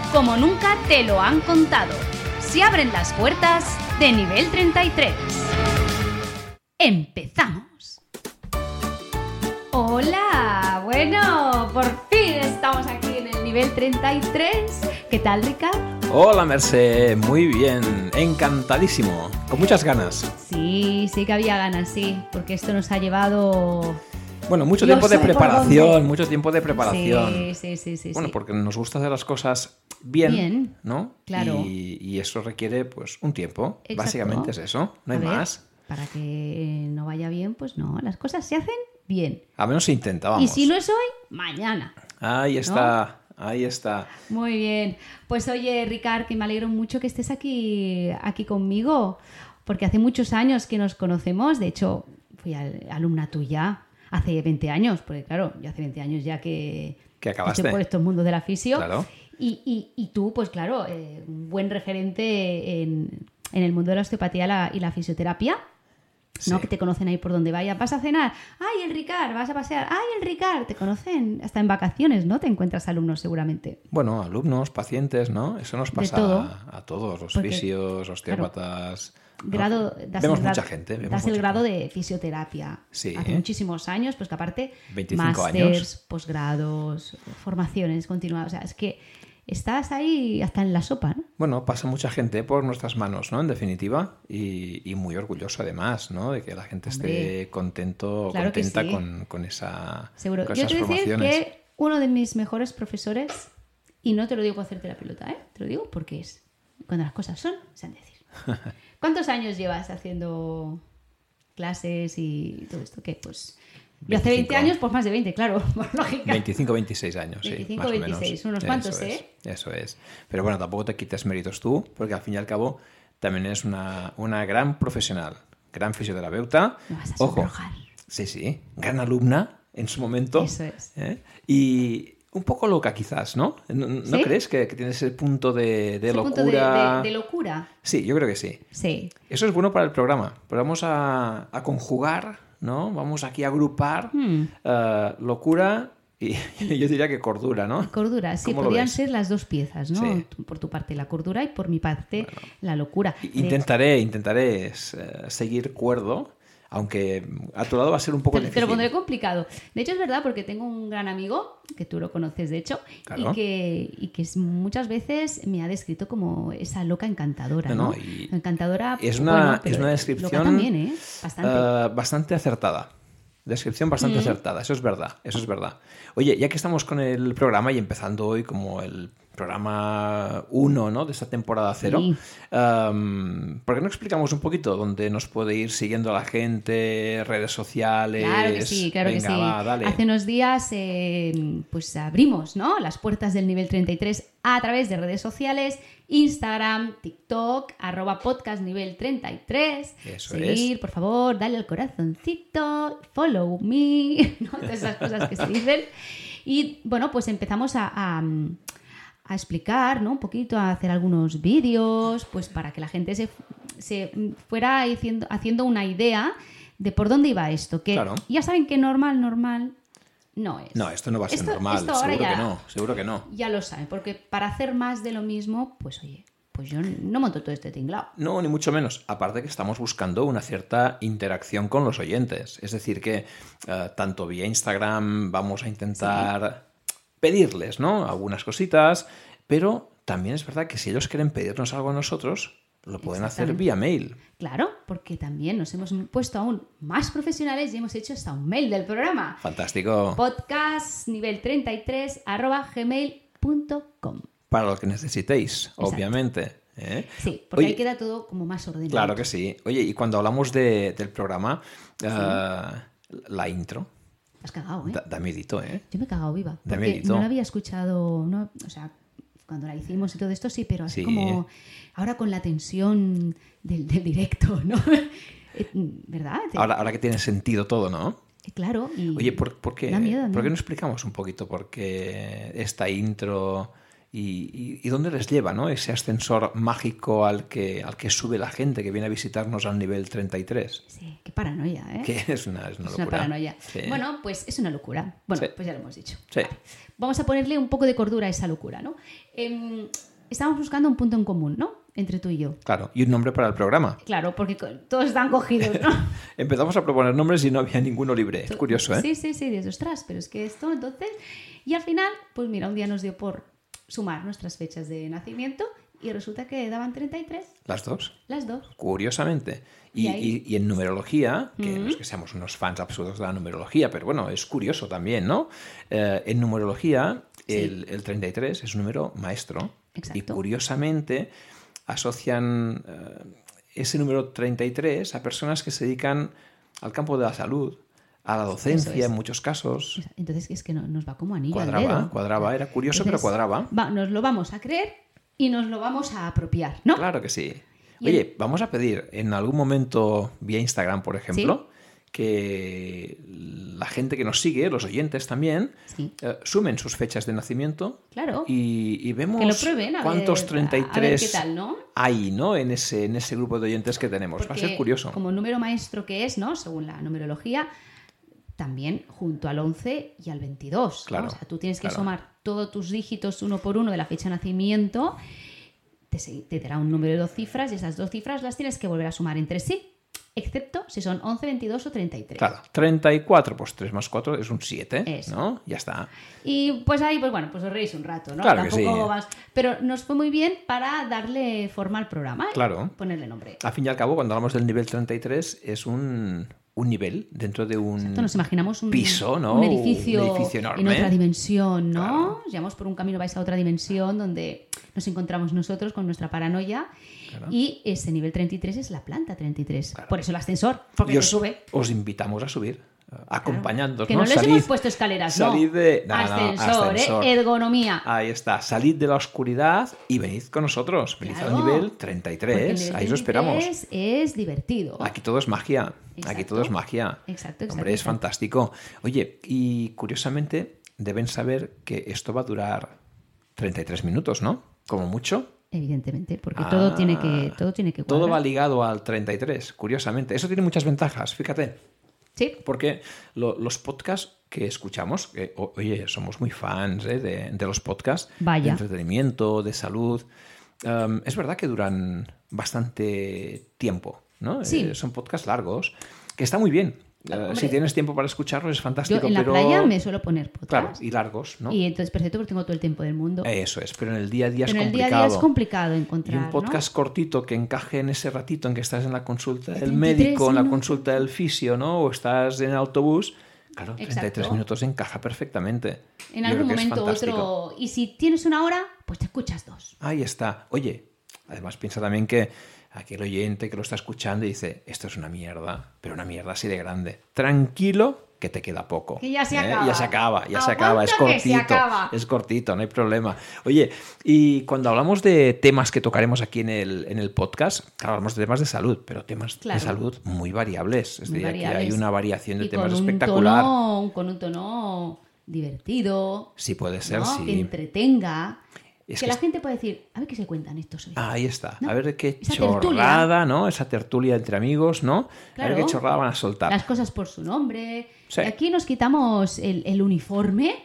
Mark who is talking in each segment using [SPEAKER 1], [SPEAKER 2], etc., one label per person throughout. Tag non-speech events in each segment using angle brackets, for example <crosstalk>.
[SPEAKER 1] como nunca te lo han contado. Se abren las puertas de nivel 33. Empezamos. Hola, bueno, por fin estamos aquí en el nivel 33. ¿Qué tal, Ricardo?
[SPEAKER 2] Hola Mercé, muy bien, encantadísimo, con muchas ganas.
[SPEAKER 1] Sí, sí que había ganas, sí, porque esto nos ha llevado...
[SPEAKER 2] Bueno, mucho
[SPEAKER 1] Yo
[SPEAKER 2] tiempo de
[SPEAKER 1] sé por
[SPEAKER 2] preparación, mucho tiempo de preparación.
[SPEAKER 1] Sí, sí, sí, sí.
[SPEAKER 2] Bueno,
[SPEAKER 1] sí.
[SPEAKER 2] porque nos gusta hacer las cosas bien,
[SPEAKER 1] Bien,
[SPEAKER 2] ¿no?
[SPEAKER 1] claro.
[SPEAKER 2] Y, y eso requiere pues un tiempo,
[SPEAKER 1] Exacto.
[SPEAKER 2] básicamente es eso, no hay
[SPEAKER 1] A ver,
[SPEAKER 2] más.
[SPEAKER 1] Para que no vaya bien, pues no, las cosas se hacen bien.
[SPEAKER 2] A menos se intenta, vamos.
[SPEAKER 1] Y si no es hoy, mañana.
[SPEAKER 2] Ahí está, ahí está.
[SPEAKER 1] Muy bien. Pues oye, Ricard, que me alegro mucho que estés aquí, aquí conmigo, porque hace muchos años que nos conocemos. De hecho, fui al- alumna tuya hace 20 años, porque claro, yo hace 20 años ya que...
[SPEAKER 2] Que acabaste.
[SPEAKER 1] estoy por estos mundos de la fisio.
[SPEAKER 2] Claro.
[SPEAKER 1] Y, y- y tú, pues claro, eh, un buen referente en, en el mundo de la osteopatía la- y la fisioterapia. ¿no?
[SPEAKER 2] Sí.
[SPEAKER 1] Que te conocen ahí por donde vayas. Vas a cenar. ¡Ay, el Ricard! Vas a pasear. ¡Ay, el Ricard! Te conocen hasta en vacaciones, ¿no? Te encuentras alumnos seguramente.
[SPEAKER 2] Bueno, alumnos, pacientes, ¿no? Eso nos pasa
[SPEAKER 1] todo.
[SPEAKER 2] a, a todos, los
[SPEAKER 1] Porque,
[SPEAKER 2] fisios, osteópatas. ¿no?
[SPEAKER 1] grado das
[SPEAKER 2] vemos
[SPEAKER 1] el grado-
[SPEAKER 2] mucha gente. vemos
[SPEAKER 1] das el
[SPEAKER 2] mucha
[SPEAKER 1] grado de fisioterapia
[SPEAKER 2] Sí.
[SPEAKER 1] hace muchísimos años pues que aparte
[SPEAKER 2] 25
[SPEAKER 1] másters,
[SPEAKER 2] años.
[SPEAKER 1] posgrados formaciones continuadas o sea es que estás ahí hasta en la sopa ¿no?
[SPEAKER 2] Bueno, pasa mucha gente por nuestras manos, ¿no? En definitiva, y, y muy orgulloso además, ¿no? De que la gente
[SPEAKER 1] Hombre.
[SPEAKER 2] esté contento,
[SPEAKER 1] Claro que
[SPEAKER 2] contenta
[SPEAKER 1] sí.
[SPEAKER 2] con, con esa,
[SPEAKER 1] seguro
[SPEAKER 2] con
[SPEAKER 1] yo
[SPEAKER 2] esas
[SPEAKER 1] te voy a decir
[SPEAKER 2] formaciones.
[SPEAKER 1] que uno de mis mejores profesores y no te lo digo por hacerte la pelota ¿eh? te lo digo porque es cuando las cosas son se han de
[SPEAKER 2] <laughs>
[SPEAKER 1] decir ¿cuántos años llevas haciendo clases y todo esto? que pues yo hace 20
[SPEAKER 2] 25.
[SPEAKER 1] años pues más de 20 claro <laughs> por lógica
[SPEAKER 2] 25, 26 años, sí,
[SPEAKER 1] 25,
[SPEAKER 2] más o
[SPEAKER 1] 26,
[SPEAKER 2] menos.
[SPEAKER 1] unos
[SPEAKER 2] Eso
[SPEAKER 1] cuantos,
[SPEAKER 2] es,
[SPEAKER 1] ¿eh?
[SPEAKER 2] Eso es. Pero bueno, tampoco te quites méritos tú, porque al fin y al cabo también es una, una gran profesional, gran fisioterapeuta.
[SPEAKER 1] Me vas a
[SPEAKER 2] Ojo.
[SPEAKER 1] sonrojar.
[SPEAKER 2] Sí, sí, gran alumna en su momento.
[SPEAKER 1] Eso es.
[SPEAKER 2] ¿eh? Y un poco loca quizás, ¿no? ¿No, no
[SPEAKER 1] ¿Sí?
[SPEAKER 2] crees que, que tienes ese punto de, de
[SPEAKER 1] Ese
[SPEAKER 2] locura?
[SPEAKER 1] punto de- de- de locura
[SPEAKER 2] Sí, yo creo que sí.
[SPEAKER 1] Sí,
[SPEAKER 2] Eso es bueno para el programa. Pues vamos a, a conjugar, ¿no? Vamos aquí a agrupar
[SPEAKER 1] Hmm.
[SPEAKER 2] eh, locura y <laughs> yo diría que cordura, ¿no?
[SPEAKER 1] cordura, sí,
[SPEAKER 2] ¿Cómo lo
[SPEAKER 1] podrían
[SPEAKER 2] ves?
[SPEAKER 1] ser las dos piezas, ¿no?
[SPEAKER 2] Sí.
[SPEAKER 1] Por tu parte la cordura y por mi parte la locura.
[SPEAKER 2] I-
[SPEAKER 1] De-
[SPEAKER 2] Intentaré, intentaré eh, seguir cuerdo, aunque a tu lado va a ser un poco
[SPEAKER 1] te, te
[SPEAKER 2] difícil.
[SPEAKER 1] lo pondré complicado. De hecho, es verdad, porque tengo un gran amigo, que tú lo conoces, de hecho,
[SPEAKER 2] Claro.
[SPEAKER 1] y, que, y que es- muchas veces me ha descrito como esa loca encantadora, ¿no?
[SPEAKER 2] No, no, y-
[SPEAKER 1] Encantadora, pues
[SPEAKER 2] Es
[SPEAKER 1] bueno,
[SPEAKER 2] una,
[SPEAKER 1] pero
[SPEAKER 2] es una
[SPEAKER 1] Loca
[SPEAKER 2] descripción
[SPEAKER 1] también, ¿eh? Bastante.
[SPEAKER 2] eh, bastante acertada. Descripción bastante acertada, eso es verdad, eso es verdad. Oye, ya que estamos con el programa y empezando hoy como el programa 1 ¿no? de esta temporada 0,
[SPEAKER 1] Sí.
[SPEAKER 2] ¿por qué no explicamos un poquito dónde nos puede ir siguiendo la gente, redes sociales?
[SPEAKER 1] Claro que sí, claro
[SPEAKER 2] Venga,
[SPEAKER 1] que sí.
[SPEAKER 2] va, dale.
[SPEAKER 1] Hace unos días eh, pues abrimos ¿no? las puertas del nivel 33 a través de redes sociales, Instagram, TikTok, arroba podcast nivel 33.
[SPEAKER 2] Eso
[SPEAKER 1] Seguir, por favor, dale al corazoncito, follow me, <laughs> ¿no? todas esas cosas que se dicen. Y bueno, pues empezamos a... a, a explicar, ¿no? Un poquito, a hacer algunos vídeos, pues para que la gente se, se fuera haciendo, haciendo una idea de por dónde iba esto. Que
[SPEAKER 2] Claro.
[SPEAKER 1] ya saben que normal, normal no es.
[SPEAKER 2] No, esto no va a ser
[SPEAKER 1] Esto-
[SPEAKER 2] normal,
[SPEAKER 1] esto ahora
[SPEAKER 2] seguro
[SPEAKER 1] ya-
[SPEAKER 2] que no, seguro que no.
[SPEAKER 1] Ya lo saben, porque para hacer más de lo mismo, pues oye, pues yo no monto todo este tinglao.
[SPEAKER 2] No, ni mucho menos. Aparte que estamos buscando una cierta interacción con los oyentes. Es decir, que eh, tanto vía Instagram vamos a intentar pedirles, ¿no? Algunas cositas, pero también es verdad que si ellos quieren pedirnos algo a nosotros, lo pueden hacer
[SPEAKER 1] Exactamente.
[SPEAKER 2] vía mail.
[SPEAKER 1] Claro, porque también nos hemos puesto aún más profesionales y hemos hecho hasta un mail del programa.
[SPEAKER 2] Fantástico.
[SPEAKER 1] Podcast nivel 33 arroba gmail.com.
[SPEAKER 2] Para lo que necesitéis, obviamente. ¿eh?
[SPEAKER 1] Sí, porque ahí
[SPEAKER 2] Oye,
[SPEAKER 1] queda todo como más ordenado.
[SPEAKER 2] Claro que sí. Oye, y cuando hablamos de- del programa, eh, la intro,
[SPEAKER 1] Has cagado, ¿eh?
[SPEAKER 2] Da, da miedito, ¿eh?
[SPEAKER 1] Yo me he cagado viva.
[SPEAKER 2] Da
[SPEAKER 1] Porque
[SPEAKER 2] miedito.
[SPEAKER 1] no la había escuchado, no, o sea, cuando la hicimos y todo esto sí, pero así
[SPEAKER 2] Sí.
[SPEAKER 1] como ahora con la tensión del, del directo, ¿no? <laughs> Eh, ¿Verdad? Te-
[SPEAKER 2] Ahora, ahora que tiene sentido todo, ¿no?
[SPEAKER 1] eh, Claro. y
[SPEAKER 2] Oye, ¿por, por qué,
[SPEAKER 1] Da miedo, ¿no?
[SPEAKER 2] por qué no explicamos un poquito por qué esta intro y, y- y dónde les lleva ¿no? ese ascensor mágico al que, al que sube la gente que viene a visitarnos al nivel 33?
[SPEAKER 1] Sí, qué paranoia, ¿eh?
[SPEAKER 2] Que es una, es una
[SPEAKER 1] es
[SPEAKER 2] locura.
[SPEAKER 1] una paranoia.
[SPEAKER 2] Sí.
[SPEAKER 1] Bueno, pues es una locura. Bueno,
[SPEAKER 2] Sí.
[SPEAKER 1] pues ya lo hemos dicho.
[SPEAKER 2] Sí.
[SPEAKER 1] Vamos a ponerle un poco de cordura a esa locura, ¿no? Em, estamos buscando un punto en común, ¿no? Entre tú y yo.
[SPEAKER 2] Claro, y un nombre para el programa.
[SPEAKER 1] Claro, porque co- todos están cogidos, ¿no?
[SPEAKER 2] Empezamos a proponer nombres y no había ninguno libre. <laughs> Es curioso, ¿eh?
[SPEAKER 1] Sí, sí, sí, dices, ostras, pero es que esto, entonces. Y al final, pues mira, un día nos dio por sumar nuestras fechas de nacimiento y resulta que daban 33,
[SPEAKER 2] Las dos.
[SPEAKER 1] las dos.
[SPEAKER 2] Curiosamente.
[SPEAKER 1] Y
[SPEAKER 2] Y,
[SPEAKER 1] ahí-
[SPEAKER 2] y- y en numerología, que no es que seamos unos fans absurdos de la numerología, pero bueno, es curioso también, ¿no? Eh, en numerología, el, el 33 es un número maestro. Y
[SPEAKER 1] Exacto.
[SPEAKER 2] curiosamente asocian eh, ese número 33 a personas que se dedican al campo de la salud, a la docencia
[SPEAKER 1] es.
[SPEAKER 2] en muchos casos.
[SPEAKER 1] Entonces es que no- nos va como anillo al
[SPEAKER 2] Cuadraba,
[SPEAKER 1] dedo.
[SPEAKER 2] cuadraba, era curioso, pero
[SPEAKER 1] Entonces,
[SPEAKER 2] cuadraba.
[SPEAKER 1] va- nos lo vamos a creer y nos lo vamos a apropiar, ¿no?
[SPEAKER 2] Claro que sí.
[SPEAKER 1] Y
[SPEAKER 2] Oye,
[SPEAKER 1] el-
[SPEAKER 2] vamos a pedir en algún momento vía Instagram, por ejemplo, que la gente que nos sigue, los oyentes también,
[SPEAKER 1] Sí.
[SPEAKER 2] eh, sumen sus fechas de nacimiento
[SPEAKER 1] Claro.
[SPEAKER 2] y, y vemos
[SPEAKER 1] Oh. Que lo prueben, a
[SPEAKER 2] cuántos
[SPEAKER 1] ver- a ver qué
[SPEAKER 2] 33
[SPEAKER 1] tal, ¿no?
[SPEAKER 2] hay ¿no? En, ese, en ese grupo de oyentes que tenemos. Pues Va a
[SPEAKER 1] Porque
[SPEAKER 2] ser curioso.
[SPEAKER 1] Como número maestro que es, ¿no? Según la numerología, también junto al 11 y al 22. ¿no?
[SPEAKER 2] Claro,
[SPEAKER 1] O sea, tú tienes que
[SPEAKER 2] claro.
[SPEAKER 1] sumar todos tus dígitos uno por uno de la fecha de nacimiento. Te, se- te dará un número de dos cifras y esas dos cifras las tienes que volver a sumar entre sí, excepto si son 11, 22 o 33.
[SPEAKER 2] Claro, 34, pues 3 más 4 es un 7,
[SPEAKER 1] Eso.
[SPEAKER 2] ¿no? Ya está.
[SPEAKER 1] Y pues ahí, pues bueno, pues os reís un rato, ¿no?
[SPEAKER 2] Claro que
[SPEAKER 1] Tampoco
[SPEAKER 2] sí.
[SPEAKER 1] vas- Pero nos fue muy bien para darle forma al programa. y
[SPEAKER 2] Claro.
[SPEAKER 1] Ponerle nombre.
[SPEAKER 2] Al fin y al cabo, cuando hablamos del nivel 33, es un, un nivel dentro de un...
[SPEAKER 1] Exacto, nos imaginamos un
[SPEAKER 2] piso, ¿no?
[SPEAKER 1] un edificio,
[SPEAKER 2] Un edificio
[SPEAKER 1] en
[SPEAKER 2] enorme.
[SPEAKER 1] otra dimensión, ¿no?
[SPEAKER 2] Claro.
[SPEAKER 1] Llegamos por un camino, vais a otra dimensión donde nos encontramos nosotros con nuestra paranoia
[SPEAKER 2] Claro.
[SPEAKER 1] y ese nivel 33 es la planta 33.
[SPEAKER 2] Claro.
[SPEAKER 1] Por eso el ascensor, porque
[SPEAKER 2] Y
[SPEAKER 1] te sube.
[SPEAKER 2] os invitamos a subir, eh, acompañándonos.
[SPEAKER 1] Que no,
[SPEAKER 2] ¿no?
[SPEAKER 1] les
[SPEAKER 2] Salid-
[SPEAKER 1] hemos puesto escaleras, ¿no?
[SPEAKER 2] salid de- no, no, no,
[SPEAKER 1] ascensor, ¿eh?
[SPEAKER 2] ascensor.
[SPEAKER 1] Ergonomía.
[SPEAKER 2] Ahí está, salid de la oscuridad y venid con nosotros. Venid
[SPEAKER 1] Claro.
[SPEAKER 2] al nivel
[SPEAKER 1] Porque el
[SPEAKER 2] 33,
[SPEAKER 1] nivel
[SPEAKER 2] ahí os esperamos.
[SPEAKER 1] 33 Es divertido.
[SPEAKER 2] Aquí todo es magia, aquí
[SPEAKER 1] Exacto.
[SPEAKER 2] todo es magia.
[SPEAKER 1] Exacto, exacto,
[SPEAKER 2] Hombre, es
[SPEAKER 1] exacto.
[SPEAKER 2] fantástico. Oye, y curiosamente deben saber que esto va a durar 33 minutos, ¿no? Como mucho.
[SPEAKER 1] Evidentemente, porque todo
[SPEAKER 2] Ah,
[SPEAKER 1] tiene que todo tiene que
[SPEAKER 2] Todo va
[SPEAKER 1] cuadrar.
[SPEAKER 2] ligado al 33, curiosamente. Eso tiene muchas ventajas, fíjate.
[SPEAKER 1] Sí.
[SPEAKER 2] Porque lo- los podcasts que escuchamos, que, o- oye, somos muy fans ¿eh? de, de los podcasts
[SPEAKER 1] Vaya.
[SPEAKER 2] de entretenimiento, de salud. em, es verdad que duran bastante tiempo, ¿no?
[SPEAKER 1] Sí.
[SPEAKER 2] Eh, son podcasts largos, que está muy bien. Eh,
[SPEAKER 1] Hombre.
[SPEAKER 2] si tienes tiempo para escucharlos, es
[SPEAKER 1] Yo
[SPEAKER 2] fantástico.
[SPEAKER 1] en la
[SPEAKER 2] pero...
[SPEAKER 1] playa me suelo poner podcast.
[SPEAKER 2] Claro, y largos, ¿no?
[SPEAKER 1] Y entonces, perfecto, porque tengo todo el tiempo del mundo.
[SPEAKER 2] Eso es, pero en el día a día
[SPEAKER 1] Pero
[SPEAKER 2] es
[SPEAKER 1] en el día
[SPEAKER 2] complicado.
[SPEAKER 1] a día es complicado
[SPEAKER 2] Y
[SPEAKER 1] encontrar.
[SPEAKER 2] un podcast cortito que encaje en ese ratito en que estás en la consulta del
[SPEAKER 1] 33
[SPEAKER 2] médico, en la
[SPEAKER 1] minutos.
[SPEAKER 2] consulta del fisio, ¿no? O estás en el autobús. Claro,
[SPEAKER 1] Exacto.
[SPEAKER 2] 33 minutos encaja perfectamente.
[SPEAKER 1] ¿no? En algún
[SPEAKER 2] Yo creo que es
[SPEAKER 1] momento u
[SPEAKER 2] fantástico.
[SPEAKER 1] otro. Y si tienes una hora, pues te escuchas dos.
[SPEAKER 2] Ahí está. Oye, además piensa también que aquel oyente que lo está escuchando y dice, esto es una mierda, pero una mierda así de grande. Tranquilo, que te queda poco. ¿eh?
[SPEAKER 1] Que ya se acaba.
[SPEAKER 2] Ya se acaba, ya se
[SPEAKER 1] Aguanta
[SPEAKER 2] acaba, es
[SPEAKER 1] que
[SPEAKER 2] cortito.
[SPEAKER 1] se acaba.
[SPEAKER 2] Es cortito, no hay problema. Oye, y cuando hablamos de temas que tocaremos aquí en el, en el podcast, claro, hablamos de temas de salud, pero temas
[SPEAKER 1] Claro.
[SPEAKER 2] de salud muy variables. Es
[SPEAKER 1] Muy
[SPEAKER 2] decir, aquí
[SPEAKER 1] variables.
[SPEAKER 2] hay una variación de
[SPEAKER 1] Y
[SPEAKER 2] temas
[SPEAKER 1] con un
[SPEAKER 2] espectacular.
[SPEAKER 1] tono- con un tono divertido.
[SPEAKER 2] Sí, puede ser,
[SPEAKER 1] ¿no?
[SPEAKER 2] sí.
[SPEAKER 1] Que entretenga.
[SPEAKER 2] Es
[SPEAKER 1] que,
[SPEAKER 2] que
[SPEAKER 1] la
[SPEAKER 2] es- Ah,
[SPEAKER 1] gente puede decir, a ver qué se cuentan estos hoy.
[SPEAKER 2] Ahí está.
[SPEAKER 1] ¿No?
[SPEAKER 2] A ver qué
[SPEAKER 1] Esa
[SPEAKER 2] chorrada, ¿no? Esa tertulia entre amigos, ¿no? A ver
[SPEAKER 1] Claro.
[SPEAKER 2] qué chorrada van a soltar.
[SPEAKER 1] Las cosas por su nombre.
[SPEAKER 2] Sí.
[SPEAKER 1] Y aquí nos quitamos el, el uniforme.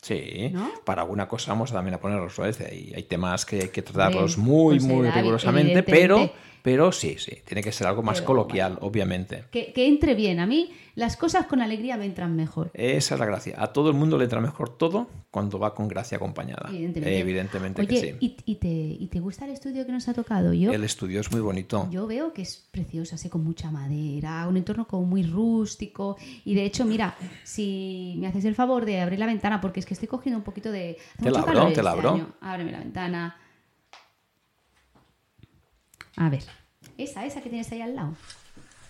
[SPEAKER 2] Sí.
[SPEAKER 1] ¿No?
[SPEAKER 2] Para alguna cosa vamos también a ponerlos, ¿sabes? Hay, hay temas que hay que tratarlos
[SPEAKER 1] Hombre,
[SPEAKER 2] muy, muy
[SPEAKER 1] considerable,
[SPEAKER 2] rigurosamente, pero,
[SPEAKER 1] evidentemente.
[SPEAKER 2] pero sí, sí. Tiene que ser algo más
[SPEAKER 1] Pero,
[SPEAKER 2] coloquial, obviamente.
[SPEAKER 1] Que, que entre bien. A mí las cosas con alegría me entran mejor.
[SPEAKER 2] Esa es la gracia. A todo el mundo le entra mejor todo cuando va con gracia acompañada.
[SPEAKER 1] Evidentemente.
[SPEAKER 2] Evidentemente
[SPEAKER 1] Oye,
[SPEAKER 2] que sí.
[SPEAKER 1] ¿y, y te, ¿y te gusta el estudio que nos ha tocado? Yo,
[SPEAKER 2] El estudio es muy bonito.
[SPEAKER 1] yo veo que es precioso, así con mucha madera, un entorno como muy rústico. Y de hecho, mira, si me haces el favor de abrir la ventana, porque es que estoy cogiendo un poquito de. hace
[SPEAKER 2] Te la
[SPEAKER 1] mucho
[SPEAKER 2] abro,
[SPEAKER 1] calor
[SPEAKER 2] te la
[SPEAKER 1] este
[SPEAKER 2] abro.
[SPEAKER 1] año. Ábreme la ventana. A ver. Esa, esa que tienes ahí al lado.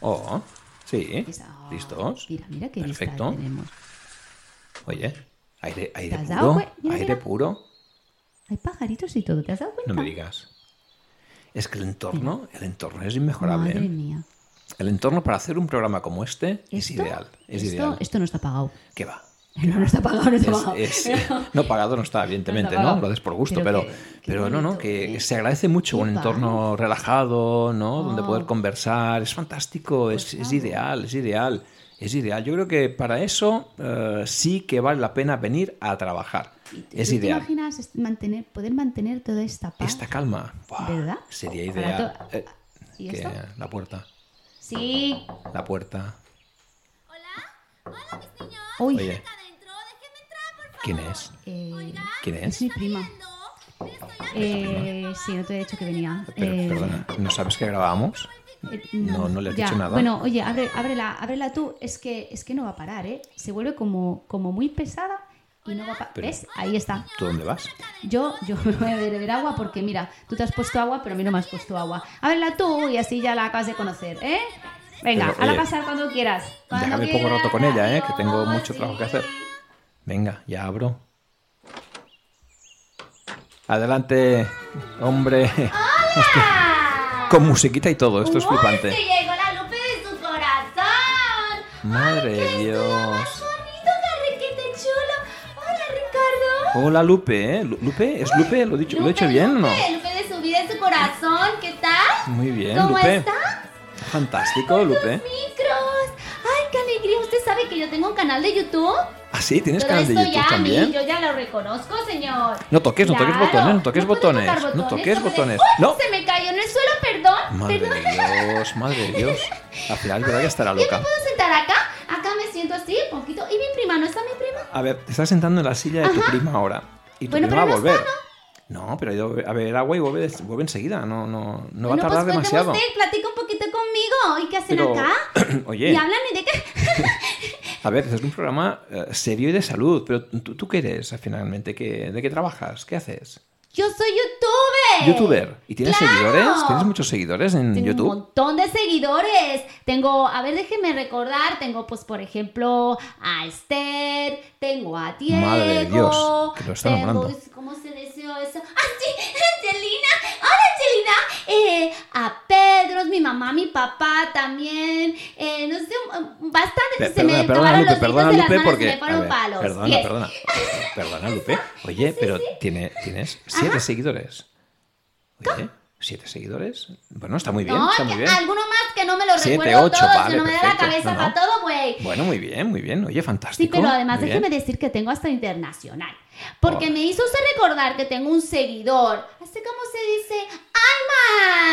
[SPEAKER 2] Oh, sí.
[SPEAKER 1] Esa. oh,
[SPEAKER 2] ¿Listos?
[SPEAKER 1] Mira, mira qué vista
[SPEAKER 2] Perfecto.
[SPEAKER 1] tenemos.
[SPEAKER 2] Oye, aire, aire
[SPEAKER 1] ¿Te has dado
[SPEAKER 2] puro.
[SPEAKER 1] cue- mira,
[SPEAKER 2] aire
[SPEAKER 1] mira.
[SPEAKER 2] puro.
[SPEAKER 1] Hay pajaritos y todo, ¿te has dado cuenta?
[SPEAKER 2] No me digas. Es que el entorno, el entorno es inmejorable.
[SPEAKER 1] Madre
[SPEAKER 2] ¿eh?
[SPEAKER 1] mía.
[SPEAKER 2] El entorno para hacer un programa como este es
[SPEAKER 1] Esto-
[SPEAKER 2] ideal. Es
[SPEAKER 1] esto,
[SPEAKER 2] ideal.
[SPEAKER 1] esto no está pagado. <laughs>
[SPEAKER 2] ¿Qué va?
[SPEAKER 1] No, no está pagado, no está
[SPEAKER 2] Es-
[SPEAKER 1] pagado.
[SPEAKER 2] es-
[SPEAKER 1] <laughs> Pero-
[SPEAKER 2] no pagado no está,
[SPEAKER 1] No
[SPEAKER 2] evidentemente,
[SPEAKER 1] está
[SPEAKER 2] ¿no?
[SPEAKER 1] pagado.
[SPEAKER 2] Lo haces por gusto,
[SPEAKER 1] Pero
[SPEAKER 2] pero,
[SPEAKER 1] qué- qué ¿eh?
[SPEAKER 2] pero no, no,
[SPEAKER 1] bonito,
[SPEAKER 2] que
[SPEAKER 1] ¿eh?
[SPEAKER 2] se agradece mucho un
[SPEAKER 1] Qué
[SPEAKER 2] entorno relajado, ¿no? Donde
[SPEAKER 1] Oh.
[SPEAKER 2] poder conversar, es fantástico,
[SPEAKER 1] Pues
[SPEAKER 2] es, es ideal, es ideal, es ideal. Yo creo que para eso eh, sí que vale la pena venir a trabajar. Es
[SPEAKER 1] ¿Tú
[SPEAKER 2] ideal.
[SPEAKER 1] ¿Te imaginas est- mantener, poder mantener toda esta paz?
[SPEAKER 2] Esta calma, ¡buah!
[SPEAKER 1] ¿Verdad?
[SPEAKER 2] Sería
[SPEAKER 1] Para
[SPEAKER 2] ideal.
[SPEAKER 1] to-
[SPEAKER 2] Eh,
[SPEAKER 1] ¿Y
[SPEAKER 2] que
[SPEAKER 1] esto?
[SPEAKER 2] la puerta,
[SPEAKER 1] Sí.
[SPEAKER 2] la puerta.
[SPEAKER 3] Hola, hola mis niños.
[SPEAKER 1] Uy,
[SPEAKER 2] Oye,
[SPEAKER 3] Acá adentro, déjenme entrar, por favor.
[SPEAKER 2] ¿quién es?
[SPEAKER 1] eh,
[SPEAKER 2] ¿Quién
[SPEAKER 1] es
[SPEAKER 2] es?
[SPEAKER 1] mi prima.
[SPEAKER 3] No, me estoy
[SPEAKER 1] Eh, sí, no te he dicho que venía.
[SPEAKER 2] Pero,
[SPEAKER 1] Eh,
[SPEAKER 2] perdona, ¿no sabes que grabábamos?
[SPEAKER 1] eh,
[SPEAKER 2] No, no le has
[SPEAKER 1] ya.
[SPEAKER 2] dicho nada.
[SPEAKER 1] Bueno, oye, abre- ábrela, ábrela tú. Es que, es que no va a parar, ¿eh? Se vuelve como, como muy pesada y no va a parar.
[SPEAKER 2] Pero-
[SPEAKER 1] ¿Ves? Ahí está.
[SPEAKER 2] ¿Tú dónde vas?
[SPEAKER 1] Yo,
[SPEAKER 3] <laughs>
[SPEAKER 1] yo me voy a beber agua porque, mira, tú te has puesto agua, pero a mí no me has puesto agua. Ábrela tú y así ya la acabas de conocer, ¿eh? Venga,
[SPEAKER 2] Pero,
[SPEAKER 1] a la
[SPEAKER 2] oye,
[SPEAKER 1] pasar cuando quieras. Cuando
[SPEAKER 2] Déjame poco
[SPEAKER 1] quieras,
[SPEAKER 2] rato con ella, ¿eh? que tengo
[SPEAKER 1] adiós.
[SPEAKER 2] mucho trabajo que hacer. Venga, ya abro. Adelante, hombre. <laughs> Con musiquita y todo, esto es
[SPEAKER 3] ¡Uy,
[SPEAKER 2] flipante.
[SPEAKER 3] que llegó la Lupe de su corazón!
[SPEAKER 2] Madre
[SPEAKER 3] ¡Ay, qué estudio
[SPEAKER 2] Dios.
[SPEAKER 3] más bonito, qué requete chulo! ¡Hola, Ricardo!
[SPEAKER 2] Hola, Lupe, ¿eh? Lu- Lupe, ¿es Lupe? ¿Lo he dicho, lo he dicho
[SPEAKER 3] Lupe,
[SPEAKER 2] bien o no?
[SPEAKER 3] Lupe, Lupe de su vida y su corazón, ¿qué tal?
[SPEAKER 2] Muy bien,
[SPEAKER 3] ¿Cómo
[SPEAKER 2] Lupe.
[SPEAKER 3] está?
[SPEAKER 2] Fantástico, Lupe.
[SPEAKER 3] ¡Micros! ¡Ay, qué alegría! ¿Usted sabe que yo tengo un canal de YouTube?
[SPEAKER 2] Ah, sí, tienes
[SPEAKER 3] Todo
[SPEAKER 2] canal de
[SPEAKER 3] esto
[SPEAKER 2] YouTube
[SPEAKER 3] ya,
[SPEAKER 2] también.
[SPEAKER 3] mi- yo ya lo reconozco, señor.
[SPEAKER 2] No toques, no toques
[SPEAKER 3] Claro,
[SPEAKER 2] botones, no toques
[SPEAKER 3] puedo
[SPEAKER 2] botones,
[SPEAKER 3] tocar
[SPEAKER 2] no toques
[SPEAKER 3] porque-
[SPEAKER 2] botones.
[SPEAKER 3] ¡Uy!
[SPEAKER 2] No.
[SPEAKER 3] Se me cayó en el suelo, perdón.
[SPEAKER 2] Madre
[SPEAKER 3] perdón. <laughs>
[SPEAKER 2] de Dios, madre de Dios. Al final, ¿verdad que estará
[SPEAKER 3] Yo
[SPEAKER 2] loca?
[SPEAKER 3] me puedo sentar acá. Acá me siento así, un poquito. ¿Y mi prima? ¿No está mi prima?
[SPEAKER 2] A ver, te estás sentando en la silla de tu prima ahora. Y tu
[SPEAKER 3] Bueno,
[SPEAKER 2] prima va a
[SPEAKER 3] pero no
[SPEAKER 2] volver. ¿no? pero ha ido a ver agua y vuelve, vuelve enseguida. No, no, no va a
[SPEAKER 3] Bueno,
[SPEAKER 2] tardar
[SPEAKER 3] pues cuénteme
[SPEAKER 2] demasiado.
[SPEAKER 3] usted, platica un poquito conmigo. ¿Y qué hacen
[SPEAKER 2] Pero,
[SPEAKER 3] acá?
[SPEAKER 2] <clears throat> oye.
[SPEAKER 3] ¿Y hablan y de qué?
[SPEAKER 2] A ver, este es un programa eh, serio y de salud. Pero ¿tú, tú qué eres eh, finalmente? ¿Qué- ¿De qué trabajas? ¿Qué haces?
[SPEAKER 3] Yo soy youtuber.
[SPEAKER 2] ¿Youtuber? ¿Y tienes
[SPEAKER 3] Eh, ¡Claro!
[SPEAKER 2] seguidores? ¿Tienes muchos seguidores en
[SPEAKER 3] Tengo un
[SPEAKER 2] YouTube?
[SPEAKER 3] montón de seguidores. Tengo, a ver, déjenme recordar. Tengo, pues, por ejemplo, a Esther. Tengo a Diego.
[SPEAKER 2] Madre de Dios, que lo está
[SPEAKER 3] tengo-
[SPEAKER 2] nombrando.
[SPEAKER 3] ¿Cómo se deseó eso? ¡Ah, sí! ¡Angelina! ¡Hola, Angelina! Eh, a Pedro, mi mamá, mi papá también. Eh, no sé, bastante.
[SPEAKER 2] Pe-
[SPEAKER 3] se me acabaron los
[SPEAKER 2] perdona,
[SPEAKER 3] dedos de
[SPEAKER 2] Lupe,
[SPEAKER 3] las manos y
[SPEAKER 2] porque...
[SPEAKER 3] me fueron
[SPEAKER 2] a ver,
[SPEAKER 3] palos.
[SPEAKER 2] perdona,
[SPEAKER 3] Yes.
[SPEAKER 2] perdona.
[SPEAKER 3] <laughs>
[SPEAKER 2] Perdona, Lupe. Oye, pero tiene- tienes siete seguidores. Oye, ¿siete seguidores? Bueno, está muy bien,
[SPEAKER 3] No,
[SPEAKER 2] está muy
[SPEAKER 3] que
[SPEAKER 2] bien.
[SPEAKER 3] alguno más que no me lo
[SPEAKER 2] Siete,
[SPEAKER 3] recuerdo
[SPEAKER 2] ocho,
[SPEAKER 3] todos, que
[SPEAKER 2] vale,
[SPEAKER 3] no me da la
[SPEAKER 2] perfecto.
[SPEAKER 3] cabeza
[SPEAKER 2] No, no.
[SPEAKER 3] para todo, güey.
[SPEAKER 2] Bueno, muy bien, muy bien. Oye,
[SPEAKER 3] Sí,
[SPEAKER 2] fantástico.
[SPEAKER 3] pero además
[SPEAKER 2] Muy
[SPEAKER 3] déjeme
[SPEAKER 2] bien.
[SPEAKER 3] decir que tengo hasta internacional. Porque
[SPEAKER 2] Oh.
[SPEAKER 3] me hizo usted recordar que tengo un seguidor. Así como se dice,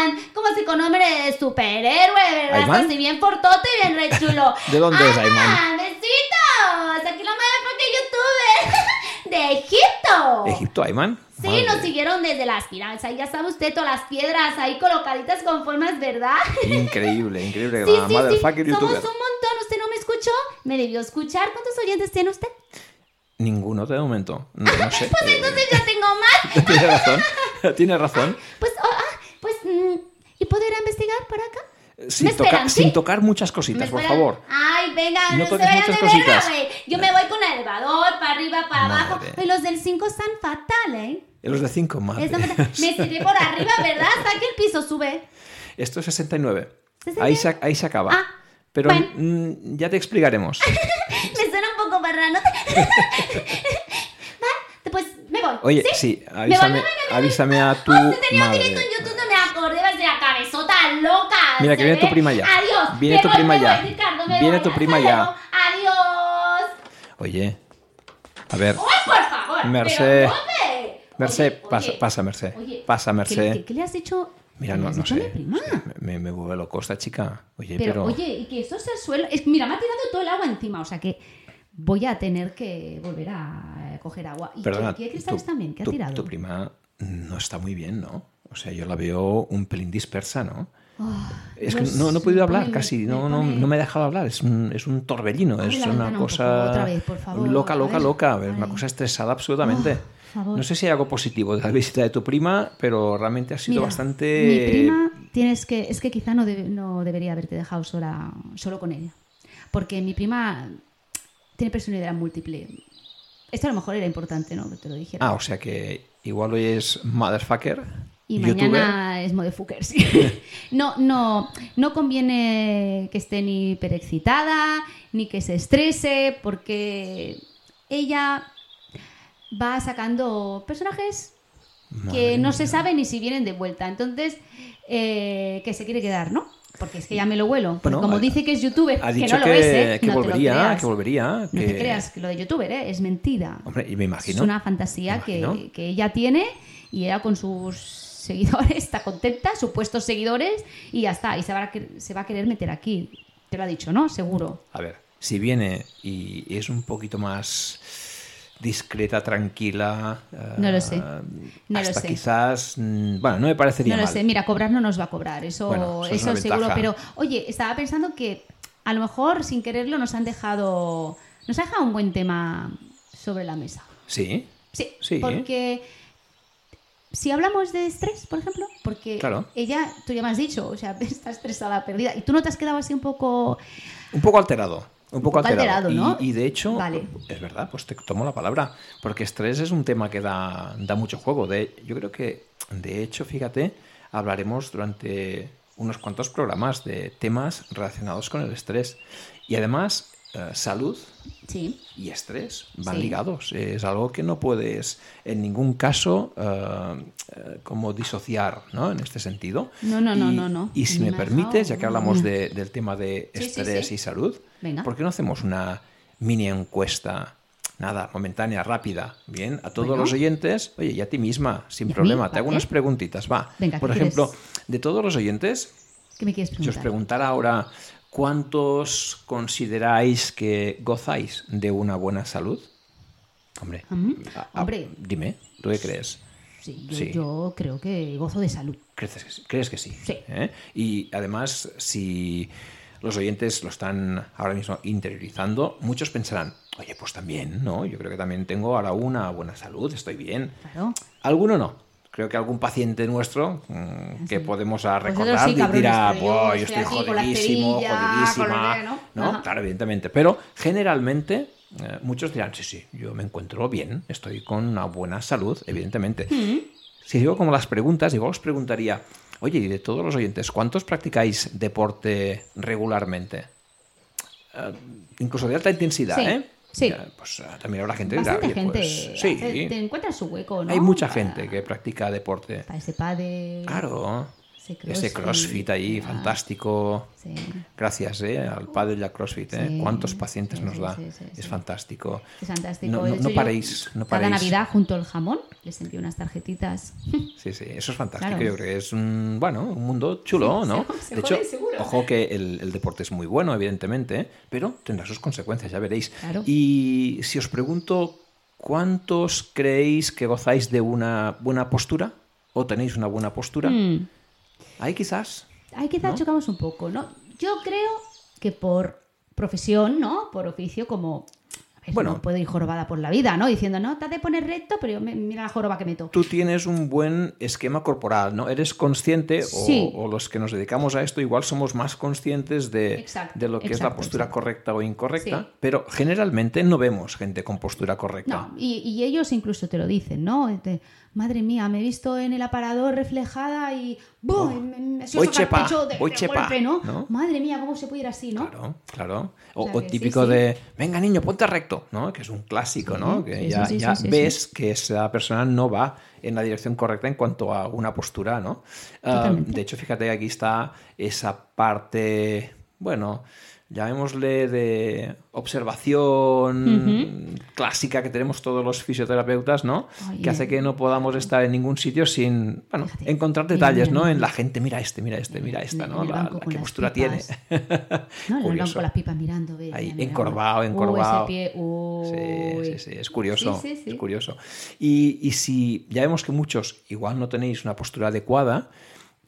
[SPEAKER 3] ¡Ayman! Como si con nombre de superhéroe, ¿verdad?
[SPEAKER 2] ¿Ayman?
[SPEAKER 3] Así bien fortote y bien re chulo.
[SPEAKER 2] <laughs> ¿De dónde es Ayman?
[SPEAKER 3] ¡Besitos! Aquí la madre porque youtuber <laughs> de Egipto.
[SPEAKER 2] Egipto, Ayman.
[SPEAKER 3] Sí,
[SPEAKER 2] Madre.
[SPEAKER 3] nos siguieron desde las pirámides. Ahí ya sabe usted todas las piedras ahí colocaditas con formas, ¿verdad?
[SPEAKER 2] Increíble, increíble.
[SPEAKER 3] <laughs> Sí,
[SPEAKER 2] la
[SPEAKER 3] sí, sí.
[SPEAKER 2] motherfucker
[SPEAKER 3] Somos un
[SPEAKER 2] youtuber.
[SPEAKER 3] montón. ¿Usted no me escuchó? Me debió escuchar. ¿Cuántos oyentes tiene usted?
[SPEAKER 2] Ninguno de momento. No, no sé.
[SPEAKER 3] <laughs> Pues entonces ya tengo más.
[SPEAKER 2] Eh, <laughs> tiene razón. tiene
[SPEAKER 3] <laughs>
[SPEAKER 2] razón.
[SPEAKER 3] Pues, oh, ah, pues, mm, ¿y puedo ir a investigar por acá?
[SPEAKER 2] Sin,
[SPEAKER 3] esperan,
[SPEAKER 2] tocar-
[SPEAKER 3] ¿sí?
[SPEAKER 2] sin tocar muchas
[SPEAKER 3] ¿Me
[SPEAKER 2] cositas, por
[SPEAKER 3] esperan?
[SPEAKER 2] favor.
[SPEAKER 3] Ay, venga,
[SPEAKER 2] No
[SPEAKER 3] no, se
[SPEAKER 2] toques
[SPEAKER 3] vayan de
[SPEAKER 2] muchas
[SPEAKER 3] verga,
[SPEAKER 2] cositas.
[SPEAKER 3] güey. Yo me voy con el elevador, para arriba, para abajo.
[SPEAKER 2] Madre.
[SPEAKER 3] Y los del 5 están fatal, ¿eh?
[SPEAKER 2] Eh, Los de 5, madre. <laughs>
[SPEAKER 3] Están fatal. Me sirve por arriba, ¿verdad? Hasta que el piso sube.
[SPEAKER 2] Esto es 69.
[SPEAKER 3] 69.
[SPEAKER 2] Ahí se, ahí se acaba.
[SPEAKER 3] Ah,
[SPEAKER 2] Pero
[SPEAKER 3] bueno.
[SPEAKER 2] mm, ya
[SPEAKER 1] <laughs>
[SPEAKER 2] te explicaremos.
[SPEAKER 3] Me suena un poco marrano. <laughs> Va, Pues me voy.
[SPEAKER 2] Oye, sí, avísame,
[SPEAKER 3] voy, me voy,
[SPEAKER 2] avísame a tu
[SPEAKER 3] Oh, si tenía un
[SPEAKER 2] madre.
[SPEAKER 3] directo en YouTube, no me acordé, va
[SPEAKER 1] pues,
[SPEAKER 3] a ser la cabezota loca.
[SPEAKER 2] Mira, que
[SPEAKER 3] ¿se
[SPEAKER 2] viene tu
[SPEAKER 3] ve?
[SPEAKER 2] prima ya.
[SPEAKER 3] Adiós.
[SPEAKER 2] Viene
[SPEAKER 3] me
[SPEAKER 2] tu
[SPEAKER 3] voy,
[SPEAKER 2] prima
[SPEAKER 3] me
[SPEAKER 2] ya.
[SPEAKER 3] voy, Ricardo, me
[SPEAKER 2] Viene
[SPEAKER 3] voy.
[SPEAKER 2] tu prima
[SPEAKER 3] Hasta
[SPEAKER 2] ya.
[SPEAKER 3] luego. Adiós.
[SPEAKER 2] Oye, a ver.
[SPEAKER 3] ¡Ay, por favor!
[SPEAKER 2] Merced.
[SPEAKER 3] pero ¿dónde?
[SPEAKER 2] Merced,
[SPEAKER 3] Oye,
[SPEAKER 2] pasa,
[SPEAKER 3] oye,
[SPEAKER 2] pasa, Merced.
[SPEAKER 3] oye,
[SPEAKER 2] pasa,
[SPEAKER 1] ¿Qué,
[SPEAKER 2] Merced.
[SPEAKER 1] qué- qué le has hecho?
[SPEAKER 2] Mira,
[SPEAKER 1] ¿Qué le
[SPEAKER 2] no,
[SPEAKER 1] has
[SPEAKER 2] no
[SPEAKER 1] hecho
[SPEAKER 2] sé.
[SPEAKER 1] a mi prima?
[SPEAKER 2] Es que Me, me vuelve loco esta chica. Oye,
[SPEAKER 1] Pero,
[SPEAKER 2] pero.
[SPEAKER 1] oye, y que esto es el suelo. Es, mira, me ha tirado todo el agua encima, o sea que voy a tener que volver a eh, coger agua. ¿Y
[SPEAKER 2] perdona,
[SPEAKER 1] qué, qué cristales
[SPEAKER 2] tu-
[SPEAKER 1] también? ¿Qué ha
[SPEAKER 2] tu-
[SPEAKER 1] tirado?
[SPEAKER 2] Tu prima no está muy bien, ¿no? O sea, yo la veo un pelín dispersa, ¿no?
[SPEAKER 1] Ah,
[SPEAKER 2] Es que
[SPEAKER 1] Dios,
[SPEAKER 2] no, no he podido
[SPEAKER 1] me pone-
[SPEAKER 2] hablar casi,
[SPEAKER 1] me
[SPEAKER 2] no, no,
[SPEAKER 1] pone-
[SPEAKER 2] no me ha dejado hablar, es un, es un torbellino,
[SPEAKER 1] Abre
[SPEAKER 2] es
[SPEAKER 1] la
[SPEAKER 2] una
[SPEAKER 1] ventana un
[SPEAKER 2] cosa
[SPEAKER 1] poco, otra vez, por favor,
[SPEAKER 2] loca,
[SPEAKER 1] a
[SPEAKER 2] loca,
[SPEAKER 1] ver.
[SPEAKER 2] loca, a ver, una
[SPEAKER 1] Ay.
[SPEAKER 2] cosa estresada absolutamente.
[SPEAKER 1] Oh, favor.
[SPEAKER 2] no sé si hay algo positivo de la visita de tu prima, pero realmente ha sido
[SPEAKER 1] Mira,
[SPEAKER 2] bastante...
[SPEAKER 1] Mi prima, tienes que. Es que quizá no, deb- no debería haberte dejado sola, solo con ella. Porque mi prima tiene personalidad múltiple. Esto a lo mejor era importante, ¿no? Que te lo dijera.
[SPEAKER 2] Ah, o sea que igual hoy es motherfucker.
[SPEAKER 1] Y
[SPEAKER 2] youtuber.
[SPEAKER 1] mañana es motherfucker, sí. <laughs> No, no, no conviene que esté ni perexcitada, ni que se estrese, porque ella va sacando personajes que
[SPEAKER 2] Madre
[SPEAKER 1] no
[SPEAKER 2] mía.
[SPEAKER 1] se sabe ni si vienen de vuelta. Entonces, eh, que se quiere quedar, ¿no? Porque es que ya me lo vuelo. Porque
[SPEAKER 2] Bueno,
[SPEAKER 1] como
[SPEAKER 2] ha-
[SPEAKER 1] dice que es youtuber,
[SPEAKER 2] Ha
[SPEAKER 1] que
[SPEAKER 2] dicho
[SPEAKER 1] no
[SPEAKER 2] que,
[SPEAKER 1] lo es, ¿eh?
[SPEAKER 2] que
[SPEAKER 1] No te lo
[SPEAKER 2] volvería,
[SPEAKER 1] creas.
[SPEAKER 2] que volvería.
[SPEAKER 1] No
[SPEAKER 2] que-
[SPEAKER 1] te creas que lo de youtuber ¿eh? es mentira.
[SPEAKER 2] Hombre, y me imagino.
[SPEAKER 1] Es una fantasía
[SPEAKER 2] Me
[SPEAKER 1] que,
[SPEAKER 2] imagino.
[SPEAKER 1] que ella tiene y ella con sus seguidores está contenta, supuestos seguidores, y ya está. Y se va a, que- se va a querer meter aquí. Te lo ha dicho, ¿no? Seguro.
[SPEAKER 2] A ver, si viene y es un poquito más discreta, tranquila. eh,
[SPEAKER 1] No lo sé. lo
[SPEAKER 2] hasta
[SPEAKER 1] sé.
[SPEAKER 2] quizás. mm, Bueno, no me parecería
[SPEAKER 1] No lo
[SPEAKER 2] mal.
[SPEAKER 1] sé, mira, cobrar no nos va a cobrar, eso,
[SPEAKER 2] Bueno, eso es
[SPEAKER 1] eso,
[SPEAKER 2] una
[SPEAKER 1] seguro.
[SPEAKER 2] ventaja.
[SPEAKER 1] Pero, oye, estaba pensando que a lo mejor sin quererlo nos han dejado. Nos ha dejado un buen tema sobre la mesa.
[SPEAKER 2] Sí,
[SPEAKER 1] Sí,
[SPEAKER 2] Sí.
[SPEAKER 1] porque si hablamos de estrés, por ejemplo, porque
[SPEAKER 2] Claro.
[SPEAKER 1] ella, tú ya me has dicho, o sea, <laughs> está estresada, perdida, y tú no te has quedado así un poco...
[SPEAKER 2] un poco alterado. Un poco,
[SPEAKER 1] poco alterado,
[SPEAKER 2] Y-
[SPEAKER 1] ¿no?
[SPEAKER 2] y, de hecho,
[SPEAKER 1] Vale.
[SPEAKER 2] es verdad, pues te tomo la palabra. Porque estrés es un tema que da, da mucho juego. De, yo creo que, de hecho, fíjate, hablaremos durante unos cuantos programas de temas relacionados con el estrés. Y además, eh, salud
[SPEAKER 1] Sí,
[SPEAKER 2] y estrés van
[SPEAKER 1] Sí.
[SPEAKER 2] ligados. Es algo que no puedes en ningún caso eh, eh, como disociar, ¿no? En este sentido.
[SPEAKER 1] No, no, no,
[SPEAKER 2] Y-
[SPEAKER 1] no, no.
[SPEAKER 2] Y si
[SPEAKER 1] Ni
[SPEAKER 2] me
[SPEAKER 1] me has
[SPEAKER 2] permites, ya
[SPEAKER 1] dado
[SPEAKER 2] que hablamos
[SPEAKER 1] una.
[SPEAKER 2] de- del tema de
[SPEAKER 1] Sí, sí,
[SPEAKER 2] estrés
[SPEAKER 1] sí.
[SPEAKER 2] y salud,
[SPEAKER 1] Venga.
[SPEAKER 2] ¿por qué no hacemos una mini encuesta? Nada, momentánea, rápida. Bien, a todos
[SPEAKER 1] Bueno.
[SPEAKER 2] los oyentes, oye, y a ti misma, sin
[SPEAKER 1] Y a mí,
[SPEAKER 2] problema. Te hago
[SPEAKER 1] vale.
[SPEAKER 2] unas preguntitas, va.
[SPEAKER 1] Venga,
[SPEAKER 2] Por
[SPEAKER 1] ¿qué
[SPEAKER 2] ejemplo,
[SPEAKER 1] quieres?
[SPEAKER 2] de todos los oyentes,
[SPEAKER 1] ¿Qué me quieres preguntar?
[SPEAKER 2] si os preguntara ahora, ¿cuántos consideráis que gozáis de una buena salud? Hombre,
[SPEAKER 1] Ujú.
[SPEAKER 2] a- a-
[SPEAKER 1] Hombre.
[SPEAKER 2] dime, ¿tú qué crees?
[SPEAKER 1] Sí, yo,
[SPEAKER 2] Sí.
[SPEAKER 1] yo creo que gozo de salud.
[SPEAKER 2] ¿Crees que sí? ¿Crees que sí?
[SPEAKER 1] Sí.
[SPEAKER 2] ¿Eh? Y además, si los oyentes lo están ahora mismo interiorizando, muchos pensarán, oye, pues también, ¿no? Yo creo que también tengo ahora una buena salud, estoy bien.
[SPEAKER 1] Claro.
[SPEAKER 2] Alguno no. Creo que algún paciente nuestro mm, que podemos a
[SPEAKER 1] Vosotros
[SPEAKER 2] recordar
[SPEAKER 1] Pues sí,
[SPEAKER 2] di-
[SPEAKER 1] cabrones,
[SPEAKER 2] dirá,
[SPEAKER 1] pero yo
[SPEAKER 2] "Buah, yo
[SPEAKER 1] estoy
[SPEAKER 2] estoy
[SPEAKER 1] aquí con la
[SPEAKER 2] jodidísimo,
[SPEAKER 1] cerilla,
[SPEAKER 2] jodidísima.
[SPEAKER 1] con el- ¿no?
[SPEAKER 2] ¿no?
[SPEAKER 1] Ajá.
[SPEAKER 2] Claro, evidentemente. Pero generalmente eh, muchos dirán, sí, sí, yo me encuentro bien, estoy con una buena salud, evidentemente.
[SPEAKER 1] Mm.
[SPEAKER 2] Si digo como las preguntas, igual os preguntaría, oye, y de todos los oyentes, ¿cuántos practicáis deporte regularmente? Eh, incluso de alta intensidad,
[SPEAKER 1] Sí,
[SPEAKER 2] ¿eh?
[SPEAKER 1] sí.
[SPEAKER 2] Ya, Pues eh, también habrá gente que dirá,
[SPEAKER 1] Bastante
[SPEAKER 2] "Oye,
[SPEAKER 1] gente.
[SPEAKER 2] pues, sí,
[SPEAKER 1] hace- Te encuentras su hueco, ¿no? Ah.
[SPEAKER 2] hay mucha
[SPEAKER 1] Para-
[SPEAKER 2] gente que practica deporte.
[SPEAKER 1] Para ese padre.
[SPEAKER 2] Claro.
[SPEAKER 1] Ese crossfit.
[SPEAKER 2] Ese crossfit ahí,
[SPEAKER 1] Ah,
[SPEAKER 2] fantástico.
[SPEAKER 1] Sí.
[SPEAKER 2] Gracias ¿eh? al padre y al crossfit. ¿eh?
[SPEAKER 1] Sí,
[SPEAKER 2] ¿Cuántos pacientes
[SPEAKER 1] sí,
[SPEAKER 2] nos
[SPEAKER 1] sí,
[SPEAKER 2] da?
[SPEAKER 1] sí, sí,
[SPEAKER 2] es
[SPEAKER 1] sí.
[SPEAKER 2] fantástico.
[SPEAKER 1] Es fantástico.
[SPEAKER 2] No, no-
[SPEAKER 1] De hecho,
[SPEAKER 2] no
[SPEAKER 1] yo
[SPEAKER 2] paréis. No
[SPEAKER 1] Cada
[SPEAKER 2] paréis.
[SPEAKER 1] Navidad junto al jamón les envío unas tarjetitas.
[SPEAKER 2] Sí, sí, eso es fantástico.
[SPEAKER 1] Claro.
[SPEAKER 2] Yo creo que es un, bueno, un mundo chulo,
[SPEAKER 1] Sí,
[SPEAKER 2] ¿no?
[SPEAKER 1] se- <laughs> se
[SPEAKER 2] de hecho,
[SPEAKER 1] jode seguro.
[SPEAKER 2] ojo que el, el deporte es muy bueno, evidentemente, ¿eh? pero tendrá sus consecuencias, ya veréis.
[SPEAKER 1] Claro.
[SPEAKER 2] Y si os pregunto, ¿cuántos creéis que gozáis de una buena postura? ¿O tenéis una buena
[SPEAKER 1] <laughs>
[SPEAKER 2] postura?
[SPEAKER 1] Mm.
[SPEAKER 2] Ahí quizás.
[SPEAKER 1] Ahí quizás
[SPEAKER 2] ¿No?
[SPEAKER 1] chocamos un poco, ¿no? Yo creo que por profesión, ¿no? Por oficio, como. a ver,
[SPEAKER 2] Bueno.
[SPEAKER 1] No puedo ir jorobada por la vida, ¿no? Diciendo, no, te has de poner recto, pero yo me- mira la joroba que meto.
[SPEAKER 2] Tú tienes un buen esquema corporal, ¿no? Eres consciente, o-
[SPEAKER 1] Sí.
[SPEAKER 2] o, los que nos dedicamos a esto igual somos más conscientes de,
[SPEAKER 1] Exacto,
[SPEAKER 2] de lo que es la
[SPEAKER 1] exacto,
[SPEAKER 2] postura
[SPEAKER 1] exacto.
[SPEAKER 2] correcta o incorrecta,
[SPEAKER 1] Sí.
[SPEAKER 2] pero generalmente no vemos gente con postura correcta.
[SPEAKER 1] No, y, y ellos incluso te lo dicen, ¿no? Te- Madre mía, me he visto en el aparador reflejada y. ¡Bum! Me, me- se os
[SPEAKER 2] Voy
[SPEAKER 1] saca el
[SPEAKER 2] chepa,
[SPEAKER 1] pecho de,
[SPEAKER 2] voy
[SPEAKER 1] de
[SPEAKER 2] chepa,
[SPEAKER 1] golpe, ¿no?
[SPEAKER 2] ¿no?
[SPEAKER 1] Madre mía, ¿cómo se puede ir así, no?
[SPEAKER 2] Claro, claro. O,
[SPEAKER 1] O sea
[SPEAKER 2] o
[SPEAKER 1] que sí,
[SPEAKER 2] típico
[SPEAKER 1] sí.
[SPEAKER 2] de, venga niño, ponte recto, ¿no? Que es un clásico, ¿no? Que
[SPEAKER 1] sí,
[SPEAKER 2] ya,
[SPEAKER 1] sí, sí,
[SPEAKER 2] ya
[SPEAKER 1] sí, sí,
[SPEAKER 2] ves que esa persona no va en la dirección correcta en cuanto a una postura, ¿no? Ah,
[SPEAKER 1] Totalmente.
[SPEAKER 2] de hecho, fíjate que aquí está esa parte, bueno, llamémosle de observación clásica que tenemos todos los fisioterapeutas, ¿no?
[SPEAKER 1] Ay,
[SPEAKER 2] que hace
[SPEAKER 1] ay.
[SPEAKER 2] que no podamos estar en ningún sitio sin, bueno,
[SPEAKER 1] Fíjate.
[SPEAKER 2] encontrar
[SPEAKER 1] Mira,
[SPEAKER 2] detalles,
[SPEAKER 1] mira,
[SPEAKER 2] ¿no?
[SPEAKER 1] mira.
[SPEAKER 2] En la gente, mira este, mira este, mira esta,
[SPEAKER 1] en
[SPEAKER 2] ¿no?
[SPEAKER 1] el
[SPEAKER 2] La,
[SPEAKER 1] banco
[SPEAKER 2] la
[SPEAKER 1] con
[SPEAKER 2] que
[SPEAKER 1] las
[SPEAKER 2] postura
[SPEAKER 1] pipas.
[SPEAKER 2] tiene.
[SPEAKER 1] No,
[SPEAKER 2] <laughs>
[SPEAKER 1] le van
[SPEAKER 2] Curioso.
[SPEAKER 1] con las pipas mirando. ve,
[SPEAKER 2] Ahí,
[SPEAKER 1] mira, mira,
[SPEAKER 2] encorvado,
[SPEAKER 1] mira. Uh,
[SPEAKER 2] encorvado.
[SPEAKER 1] ese pie,
[SPEAKER 2] Sí,
[SPEAKER 1] uy.
[SPEAKER 2] sí, sí, es curioso.
[SPEAKER 1] Sí, sí, sí.
[SPEAKER 2] Es curioso. Y, y si ya vemos que muchos igual no tenéis una postura adecuada,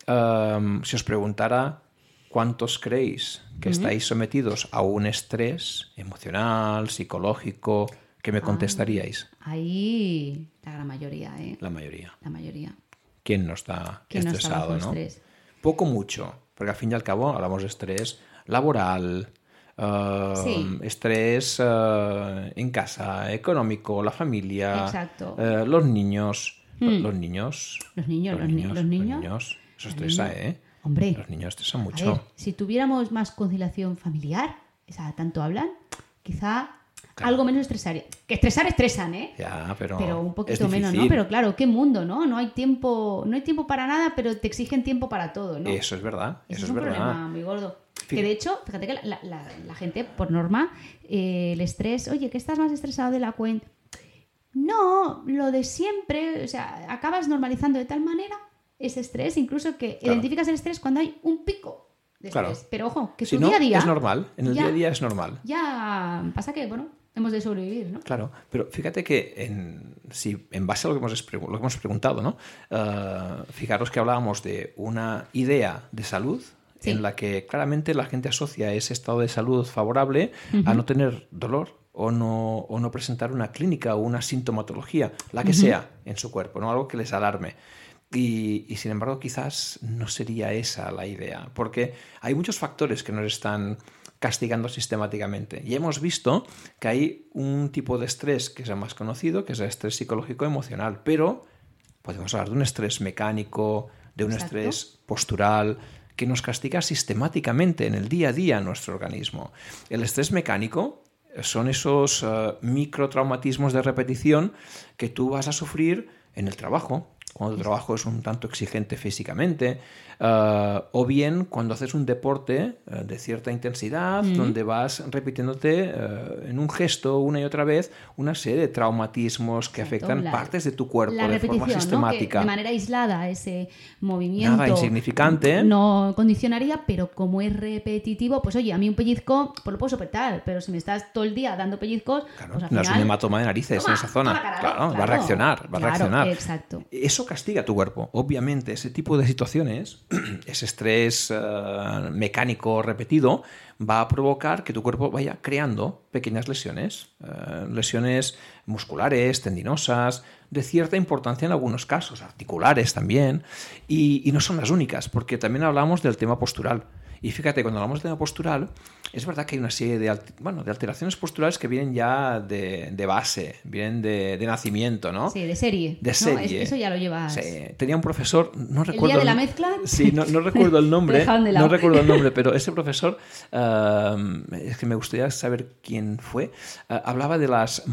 [SPEAKER 2] em, si os preguntara cuántos creéis que estáis sometidos a un estrés emocional, psicológico, ¿qué
[SPEAKER 1] Ah.
[SPEAKER 2] me contestaríais?
[SPEAKER 1] Ahí, la gran mayoría, ¿eh?
[SPEAKER 2] La mayoría.
[SPEAKER 1] La mayoría.
[SPEAKER 2] ¿Quién no está
[SPEAKER 1] ¿Quién no está
[SPEAKER 2] estresado?
[SPEAKER 1] bajo
[SPEAKER 2] ¿no?
[SPEAKER 1] estrés?
[SPEAKER 2] Poco mucho, porque al fin y al cabo hablamos de estrés laboral, eh,
[SPEAKER 1] Sí.
[SPEAKER 2] estrés eh, en casa, económico, la familia,
[SPEAKER 1] Exacto.
[SPEAKER 2] eh, los niños.
[SPEAKER 1] Mm.
[SPEAKER 2] Los niños.
[SPEAKER 1] Los niños, los ni- los niños.
[SPEAKER 2] Eso estresa, ¿eh?
[SPEAKER 1] Hombre,
[SPEAKER 2] Los niños estresan
[SPEAKER 1] A ver,
[SPEAKER 2] mucho.
[SPEAKER 1] si tuviéramos más conciliación familiar, esa tanto hablan, quizá
[SPEAKER 2] Claro.
[SPEAKER 1] algo menos estresaría. Que estresar estresan, ¿eh?
[SPEAKER 2] Ya, pero.
[SPEAKER 1] Pero un
[SPEAKER 2] es
[SPEAKER 1] poquito menos, ¿no?
[SPEAKER 2] difícil.
[SPEAKER 1] Pero claro, qué mundo, ¿no? No hay tiempo, no hay tiempo para nada, pero te exigen tiempo para todo, ¿no?
[SPEAKER 2] Eso es verdad.
[SPEAKER 1] Ese
[SPEAKER 2] Eso
[SPEAKER 1] es
[SPEAKER 2] es
[SPEAKER 1] un
[SPEAKER 2] verdad.
[SPEAKER 1] problema muy gordo.
[SPEAKER 2] Fí-
[SPEAKER 1] Que de hecho, fíjate que la, la- la- la gente, por norma, eh, el estrés, oye, que estás más estresado de la cuenta. No, lo de siempre, o sea, acabas normalizando de tal manera ese estrés, incluso que
[SPEAKER 2] Claro.
[SPEAKER 1] identificas el estrés cuando hay un pico de estrés.
[SPEAKER 2] Claro.
[SPEAKER 1] Pero ojo, que
[SPEAKER 2] si
[SPEAKER 1] tu
[SPEAKER 2] no,
[SPEAKER 1] día a día.
[SPEAKER 2] es normal. En el
[SPEAKER 1] Ya.
[SPEAKER 2] día a día es normal.
[SPEAKER 1] Ya pasa que, bueno, hemos de sobrevivir, ¿no?
[SPEAKER 2] Claro, pero fíjate que en, si, en base a lo que hemos, espregu- lo que hemos preguntado, ¿no? Eh, fijaros que hablábamos de una idea de salud
[SPEAKER 1] Sí.
[SPEAKER 2] en la que claramente la gente asocia ese estado de salud favorable a no tener dolor o no, o no presentar una clínica o una sintomatología, la que sea, en su cuerpo, ¿no? Algo que les alarme. Y, y, sin embargo, quizás no sería esa la idea, porque hay muchos factores que nos están castigando sistemáticamente. Y hemos visto que hay un tipo de estrés que es el más conocido, que es el estrés psicológico emocional, pero podemos hablar de un estrés mecánico, de un
[SPEAKER 1] Exacto.
[SPEAKER 2] estrés postural, que nos castiga sistemáticamente en el día a día a nuestro organismo. El estrés mecánico son esos eh, microtraumatismos de repetición que tú vas a sufrir en el trabajo, cuando tu trabajo es un tanto exigente físicamente, eh, o bien cuando haces un deporte eh, de cierta intensidad, donde vas repitiéndote eh, en un gesto una y otra vez una serie de traumatismos que
[SPEAKER 1] Exacto,
[SPEAKER 2] afectan
[SPEAKER 1] la-
[SPEAKER 2] partes de tu cuerpo
[SPEAKER 1] la
[SPEAKER 2] de forma
[SPEAKER 1] repetición, ¿no? Que
[SPEAKER 2] sistemática.
[SPEAKER 1] de manera aislada ese movimiento.
[SPEAKER 2] Nada insignificante. ¿eh?
[SPEAKER 1] No condicionaría, pero como es repetitivo, pues oye, a mí un pellizco, pues lo puedo soportar, pero si me estás todo el día dando pellizcos,
[SPEAKER 2] Claro,
[SPEAKER 1] pues al
[SPEAKER 2] no es un
[SPEAKER 1] final-
[SPEAKER 2] hematoma de narices
[SPEAKER 1] Toma,
[SPEAKER 2] en esa zona.
[SPEAKER 1] toma cara,
[SPEAKER 2] claro,
[SPEAKER 1] claro,
[SPEAKER 2] va a reaccionar, va a
[SPEAKER 1] claro,
[SPEAKER 2] reaccionar.
[SPEAKER 1] exacto.
[SPEAKER 2] Eso castiga a tu cuerpo. Obviamente, ese tipo de situaciones, <clears throat> ese estrés eh, mecánico repetido, va a provocar que tu cuerpo vaya creando pequeñas lesiones, eh, lesiones musculares, tendinosas, de cierta importancia en algunos casos, articulares también, y, y no son las únicas, porque también hablamos del tema postural. Y fíjate, cuando hablamos de tema postural, es verdad que hay una serie de, alt- bueno, de alteraciones posturales que vienen ya de, de base, vienen de, de nacimiento, ¿no?
[SPEAKER 1] Sí, de serie.
[SPEAKER 2] de
[SPEAKER 1] No,
[SPEAKER 2] serie.
[SPEAKER 1] es- eso ya lo llevas.
[SPEAKER 2] Sí, Tenía un profesor, no recuerdo.
[SPEAKER 1] de la mezcla?
[SPEAKER 2] Sí, no, no
[SPEAKER 1] <laughs>
[SPEAKER 2] recuerdo el
[SPEAKER 1] Te
[SPEAKER 2] nombre.
[SPEAKER 1] dejaron de
[SPEAKER 2] no
[SPEAKER 1] lado.
[SPEAKER 2] recuerdo el
[SPEAKER 1] <laughs>
[SPEAKER 2] nombre, pero ese profesor, ehm, es que me gustaría saber quién fue, eh, hablaba de las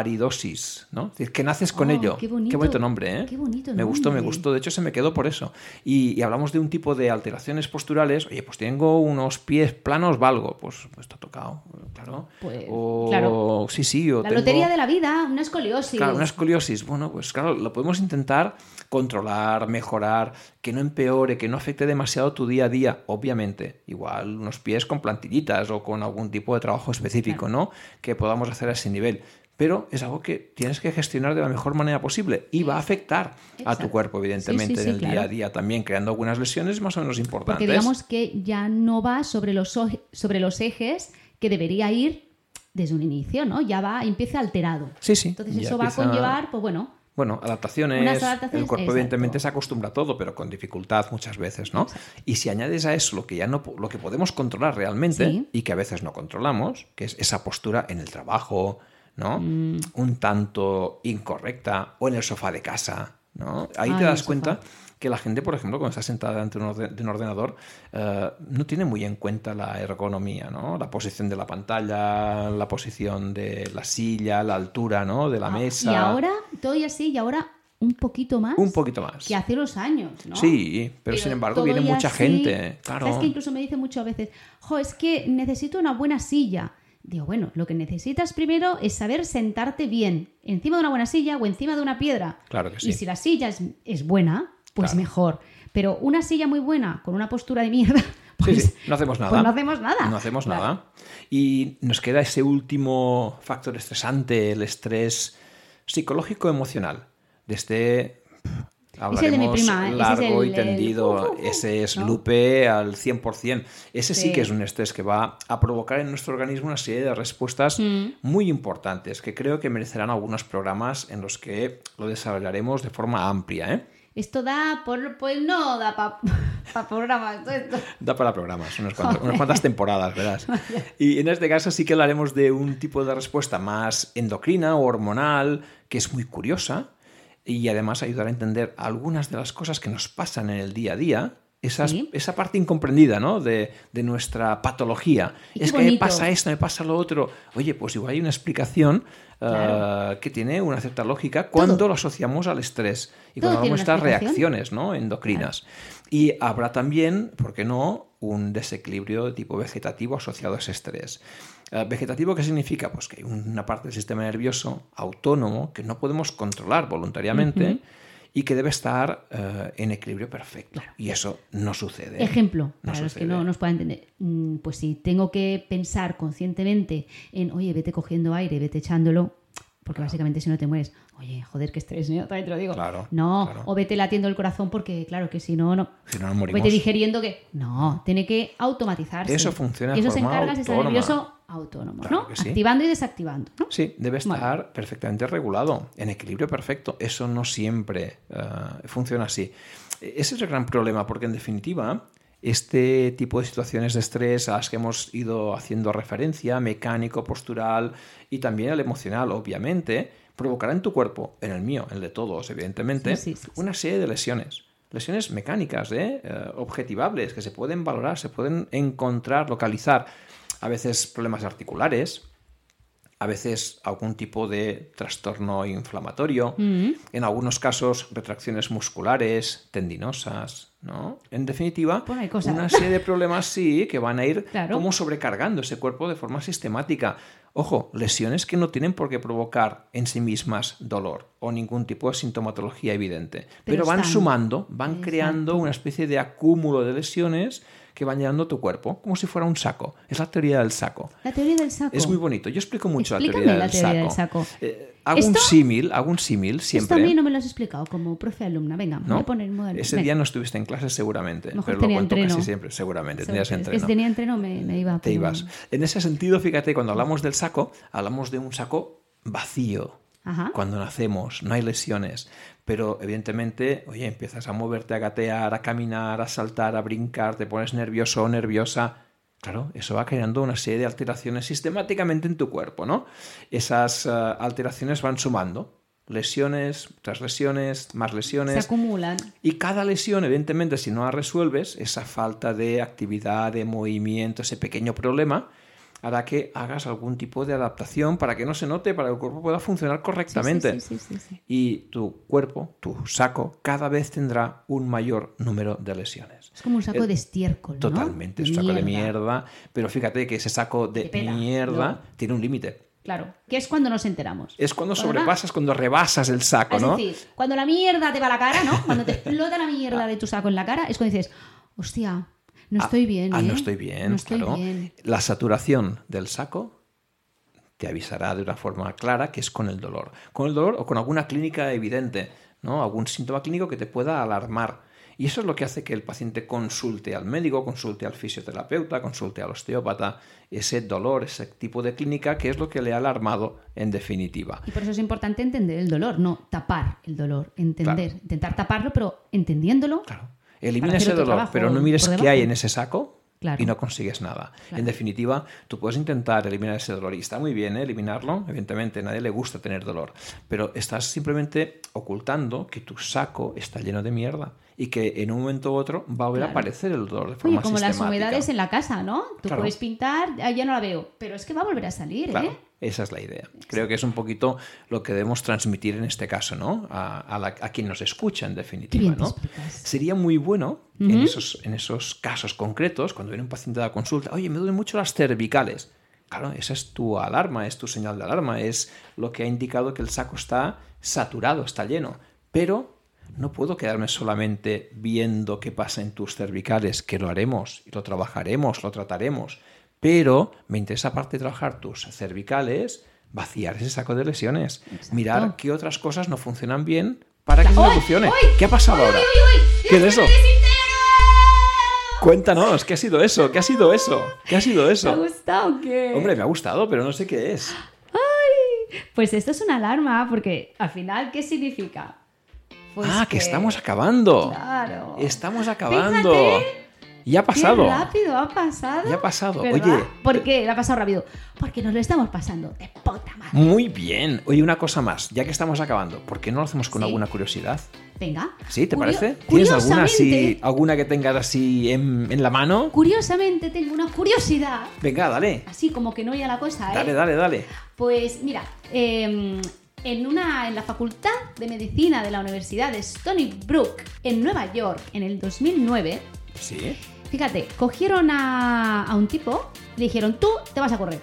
[SPEAKER 2] malparidosis, ¿no? Es decir, que naces con
[SPEAKER 1] Oh,
[SPEAKER 2] ello.
[SPEAKER 1] qué bonito.
[SPEAKER 2] nombre, ¿eh?
[SPEAKER 1] Qué bonito
[SPEAKER 2] Me gustó, me
[SPEAKER 1] nombre.
[SPEAKER 2] gustó. De hecho, se me quedó por eso. Y, y hablamos de un tipo de alteraciones posturales. Oye, pues tengo unos pies planos, valgo. Pues, pues está tocado, claro.
[SPEAKER 1] Pues,
[SPEAKER 2] o,
[SPEAKER 1] claro.
[SPEAKER 2] Sí, sí. O
[SPEAKER 1] La
[SPEAKER 2] tengo-
[SPEAKER 1] lotería de la vida, una escoliosis.
[SPEAKER 2] Claro, una escoliosis. Bueno, pues claro, lo podemos intentar controlar, mejorar, que no empeore, que no afecte demasiado tu día a día, obviamente. Igual unos pies con plantillitas o con algún tipo de trabajo específico, ¿no? Que podamos hacer a ese nivel. Pero es algo que tienes que gestionar de la mejor manera posible y va a afectar a tu
[SPEAKER 1] Exacto.
[SPEAKER 2] cuerpo,
[SPEAKER 1] Sí, sí,
[SPEAKER 2] evidentemente,
[SPEAKER 1] sí,
[SPEAKER 2] en el día a
[SPEAKER 1] claro.
[SPEAKER 2] día también, creando algunas lesiones más o menos importantes.
[SPEAKER 1] Porque digamos que ya no va sobre los, oje- sobre los ejes que debería ir desde un inicio, ¿no? Ya va, empieza alterado.
[SPEAKER 2] Sí, sí.
[SPEAKER 1] Entonces
[SPEAKER 2] ya
[SPEAKER 1] eso va a
[SPEAKER 2] empieza-
[SPEAKER 1] conllevar, pues bueno,
[SPEAKER 2] Bueno, adaptaciones.
[SPEAKER 1] Unas adaptaciones,
[SPEAKER 2] el cuerpo,
[SPEAKER 1] exacto.
[SPEAKER 2] evidentemente, se acostumbra a todo, pero con dificultad muchas veces, ¿no? Y si añades a eso lo que ya no po- lo que podemos controlar realmente
[SPEAKER 1] Sí.
[SPEAKER 2] y que a veces no controlamos, que es esa postura en el trabajo, ¿no?
[SPEAKER 1] Mm.
[SPEAKER 2] Un tanto incorrecta, o en el sofá de casa, ¿no? Ahí
[SPEAKER 1] Ah,
[SPEAKER 2] te
[SPEAKER 1] en el
[SPEAKER 2] das
[SPEAKER 1] sofá.
[SPEAKER 2] cuenta que la gente, por ejemplo, cuando está sentada ante un orde- de un ordenador, eh, no tiene muy en cuenta la ergonomía, ¿no? La posición de la pantalla, la posición de la silla, la altura, ¿no? De la mesa.
[SPEAKER 1] Ah, Y ahora, todo y así, y ahora un poquito más
[SPEAKER 2] Un poquito más.
[SPEAKER 1] que hace los años, ¿no?
[SPEAKER 2] Sí, pero, sin embargo
[SPEAKER 1] todo
[SPEAKER 2] viene
[SPEAKER 1] y
[SPEAKER 2] mucha
[SPEAKER 1] así-
[SPEAKER 2] gente. Claro.
[SPEAKER 1] Sabes que incluso me dice mucho a veces, jo, es que necesito una buena silla. Digo, bueno, lo que necesitas primero es saber sentarte bien, encima de una buena silla o encima de una piedra.
[SPEAKER 2] Claro que sí.
[SPEAKER 1] Y si la silla es, es buena, pues
[SPEAKER 2] Claro.
[SPEAKER 1] mejor. Pero una silla muy buena con una postura de mierda, <laughs> pues,
[SPEAKER 2] sí, sí, no hacemos nada.
[SPEAKER 1] pues no hacemos nada.
[SPEAKER 2] No hacemos
[SPEAKER 1] Claro.
[SPEAKER 2] nada. Y nos queda ese último factor estresante, el estrés psicológico-emocional. Desde.
[SPEAKER 1] Es el de mi
[SPEAKER 2] este, Hablaremos
[SPEAKER 1] prima, ¿eh? Ese es
[SPEAKER 2] largo
[SPEAKER 1] el-
[SPEAKER 2] y
[SPEAKER 1] el-
[SPEAKER 2] tendido.
[SPEAKER 1] uh, uh, uh,
[SPEAKER 2] Ese es
[SPEAKER 1] ¿no?
[SPEAKER 2] Lupe al 100%. Ese sí.
[SPEAKER 1] Sí.
[SPEAKER 2] que es un estrés que va a provocar en nuestro organismo una serie de respuestas
[SPEAKER 1] Mm.
[SPEAKER 2] muy importantes que creo que merecerán algunos programas en los que lo desarrollaremos de forma amplia. ¿eh?
[SPEAKER 1] Esto da por... Pues no da pa... <laughs> para programas. todo esto.
[SPEAKER 2] Da para programas, unas cuantas, unas cuantas temporadas,
[SPEAKER 1] <laughs>
[SPEAKER 2] verás. Y en este caso sí que hablaremos de un tipo de respuesta más endocrina o hormonal, que es muy curiosa y además ayudará a entender algunas de las cosas que nos pasan en el día a día. Esas-
[SPEAKER 1] Sí.
[SPEAKER 2] Esa parte incomprendida ¿no? de, de nuestra patología.
[SPEAKER 1] Y qué
[SPEAKER 2] es que me
[SPEAKER 1] bonito.
[SPEAKER 2] pasa esto, me pasa lo otro. Oye, pues igual hay una explicación eh,
[SPEAKER 1] Claro.
[SPEAKER 2] que tiene una cierta lógica cuando
[SPEAKER 1] Todo.
[SPEAKER 2] lo asociamos al estrés y
[SPEAKER 1] Todo
[SPEAKER 2] cuando
[SPEAKER 1] tiene
[SPEAKER 2] vemos
[SPEAKER 1] una
[SPEAKER 2] estas
[SPEAKER 1] explicación.
[SPEAKER 2] reacciones ¿no? endocrinas. Y habrá también, ¿por qué no?, un desequilibrio de tipo vegetativo asociado a ese estrés. Eh, ¿Vegetativo qué significa? Pues que hay una parte del sistema nervioso autónomo que no podemos controlar voluntariamente y que debe estar eh, en equilibrio perfecto. Y eso no sucede.
[SPEAKER 1] Ejemplo,
[SPEAKER 2] No
[SPEAKER 1] para los que
[SPEAKER 2] sucede.
[SPEAKER 1] no nos puedan entender. Mm, Pues si tengo que pensar conscientemente en, oye, vete cogiendo aire, vete echándolo, porque básicamente si no te mueres, oye, joder, que estrés, ¿no? También te lo digo.
[SPEAKER 2] Claro,
[SPEAKER 1] no,
[SPEAKER 2] claro.
[SPEAKER 1] o vete latiendo el corazón porque, claro, que si no, no.
[SPEAKER 2] Si no, nos morimos.
[SPEAKER 1] Vete digeriendo que. No, tiene que automatizarse.
[SPEAKER 2] Eso funciona
[SPEAKER 1] Y
[SPEAKER 2] de
[SPEAKER 1] eso se
[SPEAKER 2] forma
[SPEAKER 1] encarga el sistema
[SPEAKER 2] autónoma.
[SPEAKER 1] nervioso autónomo,
[SPEAKER 2] Claro
[SPEAKER 1] ¿no?
[SPEAKER 2] que sí.
[SPEAKER 1] Activando y desactivando, ¿no?
[SPEAKER 2] Sí, debe estar
[SPEAKER 1] Vale.
[SPEAKER 2] perfectamente regulado, en equilibrio perfecto. Eso no siempre eh, funciona así. E- Ese es el gran problema, porque en definitiva, este tipo de situaciones de estrés a las que hemos ido haciendo referencia, mecánico, postural y también el emocional, obviamente, provocará en tu cuerpo, en el mío, en el de todos, evidentemente,
[SPEAKER 1] Sí, sí, sí, sí.
[SPEAKER 2] una serie de lesiones. Lesiones mecánicas, ¿eh? Eh, objetivables, que se pueden valorar, se pueden encontrar, localizar. A veces problemas articulares, a veces algún tipo de trastorno inflamatorio,
[SPEAKER 1] Mm.
[SPEAKER 2] en algunos casos retracciones musculares, tendinosas, ¿no? En definitiva,
[SPEAKER 1] Pues hay cosas.
[SPEAKER 2] una serie de problemas sí que van a ir
[SPEAKER 1] Claro.
[SPEAKER 2] como sobrecargando ese cuerpo de forma sistemática. Ojo, lesiones que no tienen por qué provocar en sí mismas dolor o ningún tipo de sintomatología evidente, pero,
[SPEAKER 1] Pero
[SPEAKER 2] van
[SPEAKER 1] están.
[SPEAKER 2] sumando, van
[SPEAKER 1] Exacto.
[SPEAKER 2] creando una especie de acúmulo de lesiones que van llenando tu cuerpo, como si fuera un saco. Es la teoría del saco.
[SPEAKER 1] La teoría del saco.
[SPEAKER 2] Es muy bonito. Yo explico mucho la
[SPEAKER 1] Explícame
[SPEAKER 2] teoría, del,
[SPEAKER 1] la teoría del
[SPEAKER 2] saco.
[SPEAKER 1] saco.
[SPEAKER 2] Eh, hago un
[SPEAKER 1] Esto-
[SPEAKER 2] símil, hago un símil
[SPEAKER 1] Esto
[SPEAKER 2] siempre. ¿eh?
[SPEAKER 1] a mí no me lo has explicado como profe alumna. Venga, me voy
[SPEAKER 2] ¿no?
[SPEAKER 1] a poner en modo alumna.
[SPEAKER 2] Ese
[SPEAKER 1] Venga.
[SPEAKER 2] día no estuviste en clase seguramente,
[SPEAKER 1] Mejor
[SPEAKER 2] pero lo
[SPEAKER 1] tenía
[SPEAKER 2] cuento
[SPEAKER 1] entreno.
[SPEAKER 2] casi siempre, seguramente.
[SPEAKER 1] Sobre-
[SPEAKER 2] Tenías entreno.
[SPEAKER 1] Es que tenía entreno, me, me iba.
[SPEAKER 2] Te
[SPEAKER 1] pero-
[SPEAKER 2] ibas. En ese sentido, fíjate, cuando hablamos del saco, hablamos de un saco vacío.
[SPEAKER 1] Ajá.
[SPEAKER 2] Cuando nacemos, no hay lesiones. Pero evidentemente, oye, empiezas a moverte, a gatear, a caminar, a saltar, a brincar, te pones nervioso o nerviosa. Claro, eso va creando una serie de alteraciones sistemáticamente en tu cuerpo, ¿no? Esas eh, alteraciones van sumando. Lesiones, tras lesiones, más
[SPEAKER 1] Se
[SPEAKER 2] lesiones.
[SPEAKER 1] acumulan.
[SPEAKER 2] Y cada lesión, evidentemente, si no la resuelves, esa falta de actividad, de movimiento, ese pequeño problema, hará que hagas algún tipo de adaptación para que no se note, para que el cuerpo pueda funcionar
[SPEAKER 1] Sí,
[SPEAKER 2] correctamente.
[SPEAKER 1] Sí, sí, sí, sí, sí.
[SPEAKER 2] Y tu cuerpo, tu saco, cada vez tendrá un mayor número de lesiones.
[SPEAKER 1] Es como un saco
[SPEAKER 2] Eh,
[SPEAKER 1] de estiércol. ¿no?
[SPEAKER 2] Totalmente,
[SPEAKER 1] De
[SPEAKER 2] es un saco de mierda, pero fíjate que ese saco de
[SPEAKER 1] De pela,
[SPEAKER 2] mierda
[SPEAKER 1] ¿no?
[SPEAKER 2] tiene un límite.
[SPEAKER 1] Claro, que es cuando nos enteramos.
[SPEAKER 2] Es cuando
[SPEAKER 1] ¿Verdad?
[SPEAKER 2] sobrepasas, cuando rebasas el saco,
[SPEAKER 1] Es
[SPEAKER 2] ¿no?
[SPEAKER 1] decir, cuando la mierda te va a la cara, ¿no? Cuando te explota la mierda de tu saco en la cara, es cuando dices, hostia, no
[SPEAKER 2] Ah,
[SPEAKER 1] estoy bien.
[SPEAKER 2] Ah,
[SPEAKER 1] ¿eh?
[SPEAKER 2] no estoy bien,
[SPEAKER 1] No estoy
[SPEAKER 2] claro.
[SPEAKER 1] bien.
[SPEAKER 2] La saturación del saco te avisará de una forma clara que es con el dolor. Con el dolor o con alguna clínica evidente, ¿no? Algún síntoma clínico que te pueda alarmar. Y eso es lo que hace que el paciente consulte al médico, consulte al fisioterapeuta, consulte al osteópata, ese dolor, ese tipo de clínica que es lo que le ha alarmado en definitiva.
[SPEAKER 1] Y por eso es importante entender el dolor, no tapar el dolor, entender,
[SPEAKER 2] Claro.
[SPEAKER 1] intentar taparlo, pero entendiéndolo.
[SPEAKER 2] Claro. Elimina
[SPEAKER 1] Para hacer
[SPEAKER 2] ese
[SPEAKER 1] otro
[SPEAKER 2] dolor,
[SPEAKER 1] trabajo
[SPEAKER 2] pero no mires
[SPEAKER 1] por
[SPEAKER 2] qué
[SPEAKER 1] debajo.
[SPEAKER 2] hay en ese saco
[SPEAKER 1] Claro.
[SPEAKER 2] y no consigues nada.
[SPEAKER 1] Claro.
[SPEAKER 2] En definitiva, tú puedes intentar eliminar ese dolor y está muy bien ¿eh? eliminarlo. Evidentemente, a nadie le gusta tener dolor, pero estás simplemente ocultando que tu saco está lleno de mierda y que en un momento u otro va a volver a
[SPEAKER 1] Claro.
[SPEAKER 2] aparecer el dolor de forma
[SPEAKER 1] Oye, como las
[SPEAKER 2] sistemática.
[SPEAKER 1] humedades en la casa, ¿no? Tú
[SPEAKER 2] Claro.
[SPEAKER 1] puedes pintar, ah, ya no la veo, pero es que va a volver a salir,
[SPEAKER 2] Claro,
[SPEAKER 1] ¿eh?
[SPEAKER 2] Esa es la idea. Creo que es un poquito lo que debemos transmitir en este caso, ¿no? A, a la- a quien nos escucha, en
[SPEAKER 1] Qué
[SPEAKER 2] definitiva,
[SPEAKER 1] bien te
[SPEAKER 2] ¿no?
[SPEAKER 1] explicas.
[SPEAKER 2] Sería muy bueno en,
[SPEAKER 1] Ujú.
[SPEAKER 2] esos, en esos casos concretos, cuando viene un paciente a la consulta, oye, me duelen mucho las cervicales. Claro, esa es tu alarma, es tu señal de alarma, es lo que ha indicado que el saco está saturado, está lleno. Pero no puedo quedarme solamente viendo qué pasa en tus cervicales, que lo haremos, y lo trabajaremos, lo trataremos. Pero me interesa aparte de trabajar tus cervicales, vaciar ese saco de lesiones, mirar qué otras cosas no funcionan bien para que se
[SPEAKER 1] ¡Ay!
[SPEAKER 2] solucione.
[SPEAKER 1] ¡Ay!
[SPEAKER 2] ¿Qué ha pasado ahora? ¿Qué es eso? Cuéntanos, ¿qué ha sido eso? ¿Qué ha sido eso? ¿Qué ha sido
[SPEAKER 1] ¿Te ha
[SPEAKER 2] eso?
[SPEAKER 1] gustado o qué?
[SPEAKER 2] Hombre, me ha gustado, pero no sé qué es.
[SPEAKER 1] Pues esto es una alarma, porque al final, ¿qué significa? pues
[SPEAKER 2] ah, que, estamos acabando.
[SPEAKER 1] Claro.
[SPEAKER 2] Estamos acabando. Ya ha pasado.
[SPEAKER 1] Qué rápido ha pasado.
[SPEAKER 2] Ya ha pasado.
[SPEAKER 1] ¿verdad?
[SPEAKER 2] Oye,
[SPEAKER 1] ¿por qué le ha pasado rápido? Porque nos lo estamos pasando de puta madre.
[SPEAKER 2] Muy bien. Oye, una cosa más, ya que estamos acabando, ¿por qué no lo hacemos con
[SPEAKER 1] Sí.
[SPEAKER 2] alguna curiosidad?
[SPEAKER 1] Venga.
[SPEAKER 2] ¿Sí? ¿Te
[SPEAKER 1] Curio-
[SPEAKER 2] parece? ¿Tienes alguna, así,
[SPEAKER 1] curiosamente-
[SPEAKER 2] alguna que tengas así en, en la mano?
[SPEAKER 1] Curiosamente tengo una curiosidad,
[SPEAKER 2] Venga, dale.
[SPEAKER 1] así como que no oía la cosa, ¿eh?
[SPEAKER 2] Dale, dale, dale.
[SPEAKER 1] Pues mira, eh, en, una, en la Facultad de Medicina de la Universidad de Stony Brook, en Nueva York, en el 2009, Eh.
[SPEAKER 2] Sí.
[SPEAKER 1] fíjate, cogieron a, a un tipo, le dijeron, tú te vas a correr.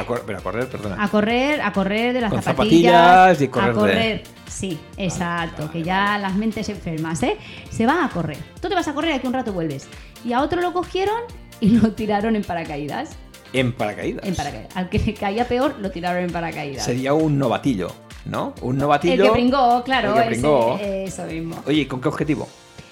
[SPEAKER 2] A cor- pero a correr, perdona.
[SPEAKER 1] A correr, a correr de las
[SPEAKER 2] Ah. Con
[SPEAKER 1] zapatillas.
[SPEAKER 2] zapatillas y correr
[SPEAKER 1] A
[SPEAKER 2] de-
[SPEAKER 1] correr, sí, exacto,
[SPEAKER 2] vale,
[SPEAKER 1] que ya las mentes enfermas, ¿eh? Se van a correr. Tú te vas a correr y aquí un rato vuelves. Y a otro lo cogieron y lo tiraron en paracaídas.
[SPEAKER 2] En paracaídas.
[SPEAKER 1] En paracaídas. Al que le caía peor, lo tiraron en paracaídas.
[SPEAKER 2] Sería un novatillo, ¿no? Un
[SPEAKER 1] El
[SPEAKER 2] novatillo.
[SPEAKER 1] que pringó, claro.
[SPEAKER 2] el que
[SPEAKER 1] ese-
[SPEAKER 2] pringó.
[SPEAKER 1] eso mismo.
[SPEAKER 2] Oye, ¿y ¿con qué objetivo?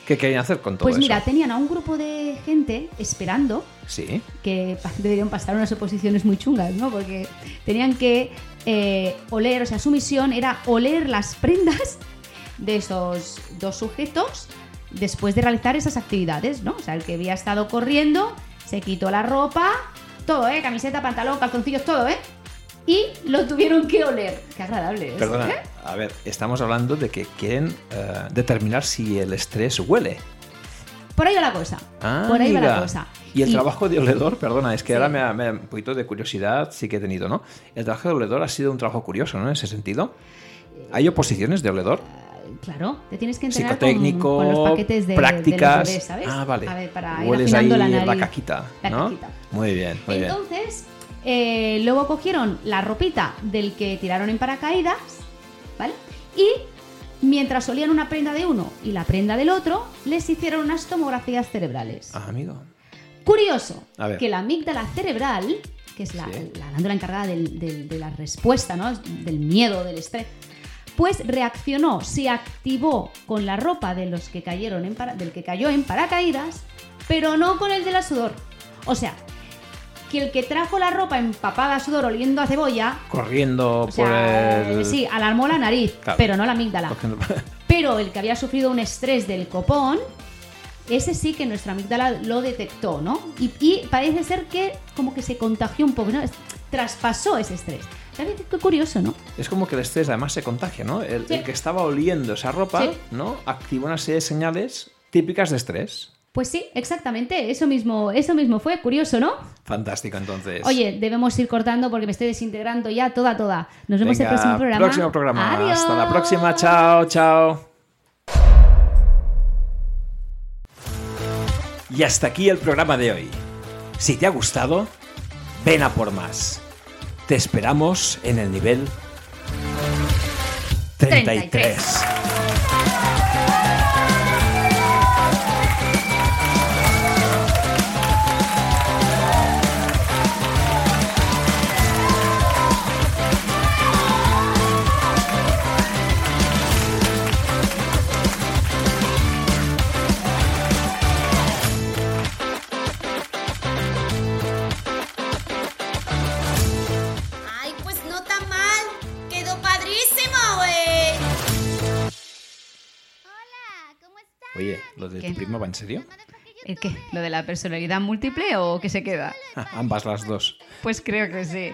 [SPEAKER 2] ¿Qué querían hacer con todo
[SPEAKER 1] Pues
[SPEAKER 2] eso?
[SPEAKER 1] mira, tenían a un grupo de gente esperando
[SPEAKER 2] Sí.
[SPEAKER 1] que pa- debieron pasar unas oposiciones muy chungas, ¿no? Porque tenían que eh, oler, o sea, su misión era oler las prendas de esos dos sujetos después de realizar esas actividades, ¿no? O sea, el que había estado corriendo se quitó la ropa, todo, ¿eh? Camiseta, pantalón, calzoncillos, todo, ¿eh? Y lo tuvieron que oler. Qué agradable es.
[SPEAKER 2] Perdona,
[SPEAKER 1] ¿eh?
[SPEAKER 2] a ver, estamos hablando de que quieren eh, determinar si el estrés huele.
[SPEAKER 1] Por ahí va la cosa.
[SPEAKER 2] Ah,
[SPEAKER 1] Por ahí va
[SPEAKER 2] mira.
[SPEAKER 1] la cosa.
[SPEAKER 2] Y el trabajo de oledor, perdona, es que
[SPEAKER 1] Sí.
[SPEAKER 2] ahora me ha, me ha- un poquito de curiosidad sí que he tenido, ¿no? El trabajo de oledor ha sido un trabajo curioso, ¿no? En ese sentido. ¿Hay oposiciones de oledor?
[SPEAKER 1] Claro, te tienes que entrenar con,
[SPEAKER 2] Psicotécnico,
[SPEAKER 1] con los paquetes de, de los
[SPEAKER 2] prácticas.
[SPEAKER 1] bebés, ¿sabes?
[SPEAKER 2] Ah, vale.
[SPEAKER 1] A ver, para ir
[SPEAKER 2] Hueles ahí
[SPEAKER 1] afinando la
[SPEAKER 2] la,
[SPEAKER 1] nariz.
[SPEAKER 2] caquita,
[SPEAKER 1] La
[SPEAKER 2] ¿no?
[SPEAKER 1] caquita.
[SPEAKER 2] Muy bien, muy bien.
[SPEAKER 1] Entonces, eh, luego cogieron la ropita del que tiraron en paracaídas, ¿vale? Y mientras olían una prenda de uno y la prenda del otro, les hicieron unas tomografías cerebrales.
[SPEAKER 2] Ah, amigo.
[SPEAKER 1] Curioso
[SPEAKER 2] A ver.
[SPEAKER 1] que la amígdala cerebral, que es la,
[SPEAKER 2] Sí.
[SPEAKER 1] la glándula encargada del- del- de la respuesta, ¿no? Del miedo, del estrés, pues reaccionó, se activó con la ropa de los que cayeron en para- del que cayó en paracaídas, pero no con el de la sudor. O sea, que el que trajo la ropa empapada a sudor oliendo a cebolla,
[SPEAKER 2] Corriendo
[SPEAKER 1] o
[SPEAKER 2] por
[SPEAKER 1] sea,
[SPEAKER 2] el...
[SPEAKER 1] sí, alarmó la nariz,
[SPEAKER 2] Claro.
[SPEAKER 1] pero no la amígdala.
[SPEAKER 2] Cogiendo- <laughs>
[SPEAKER 1] Pero el que había sufrido un estrés del copón, ese sí que nuestra amígdala lo detectó, ¿no? Y, y parece ser que como que se contagió un poco, ¿no? Es- Traspasó ese estrés. ¿Sabes qué curioso, no?
[SPEAKER 2] Es como que el estrés además se contagia, ¿no? El,
[SPEAKER 1] Sí.
[SPEAKER 2] el que estaba oliendo esa ropa,
[SPEAKER 1] Sí.
[SPEAKER 2] ¿no? Activa una serie de señales típicas de estrés.
[SPEAKER 1] Pues sí, exactamente, eso mismo, eso mismo fue, curioso, ¿no?
[SPEAKER 2] Fantástico, entonces.
[SPEAKER 1] Oye, debemos ir cortando porque me estoy desintegrando ya toda, toda. Nos vemos en el
[SPEAKER 2] Venga,
[SPEAKER 1] próximo programa.
[SPEAKER 2] próximo programa.
[SPEAKER 1] Adiós.
[SPEAKER 2] Hasta la próxima. Chao, chao. Y hasta aquí el programa de hoy. Si te ha gustado, ven a por más. Te esperamos en el nivel 33.
[SPEAKER 3] Ay, pues no tan mal. Quedó padrísimo, güey. Hola, ¿cómo estás?
[SPEAKER 2] Oye, ¿lo de
[SPEAKER 1] ¿Qué?
[SPEAKER 2] tu primo va en serio? <laughs>
[SPEAKER 1] ¿El qué? ¿Lo de la personalidad múltiple o qué se queda?
[SPEAKER 2] Ah, ambas las dos.
[SPEAKER 1] Pues creo que sí.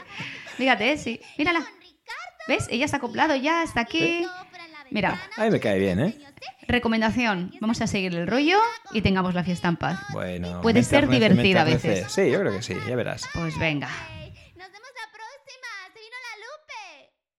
[SPEAKER 1] Fíjate, sí. Mírala. ¿Ves? Ella se ha acoplado ya hasta aquí. Mira,
[SPEAKER 2] A mí me cae bien, ¿eh?
[SPEAKER 1] recomendación. Vamos a seguir el rollo y tengamos la fiesta en paz.
[SPEAKER 2] Bueno.
[SPEAKER 1] Puede
[SPEAKER 2] me
[SPEAKER 1] ser
[SPEAKER 2] enternece, me
[SPEAKER 1] divertida a
[SPEAKER 2] enternece.
[SPEAKER 1] veces.
[SPEAKER 2] Sí, yo creo que sí, ya verás.
[SPEAKER 1] Pues venga.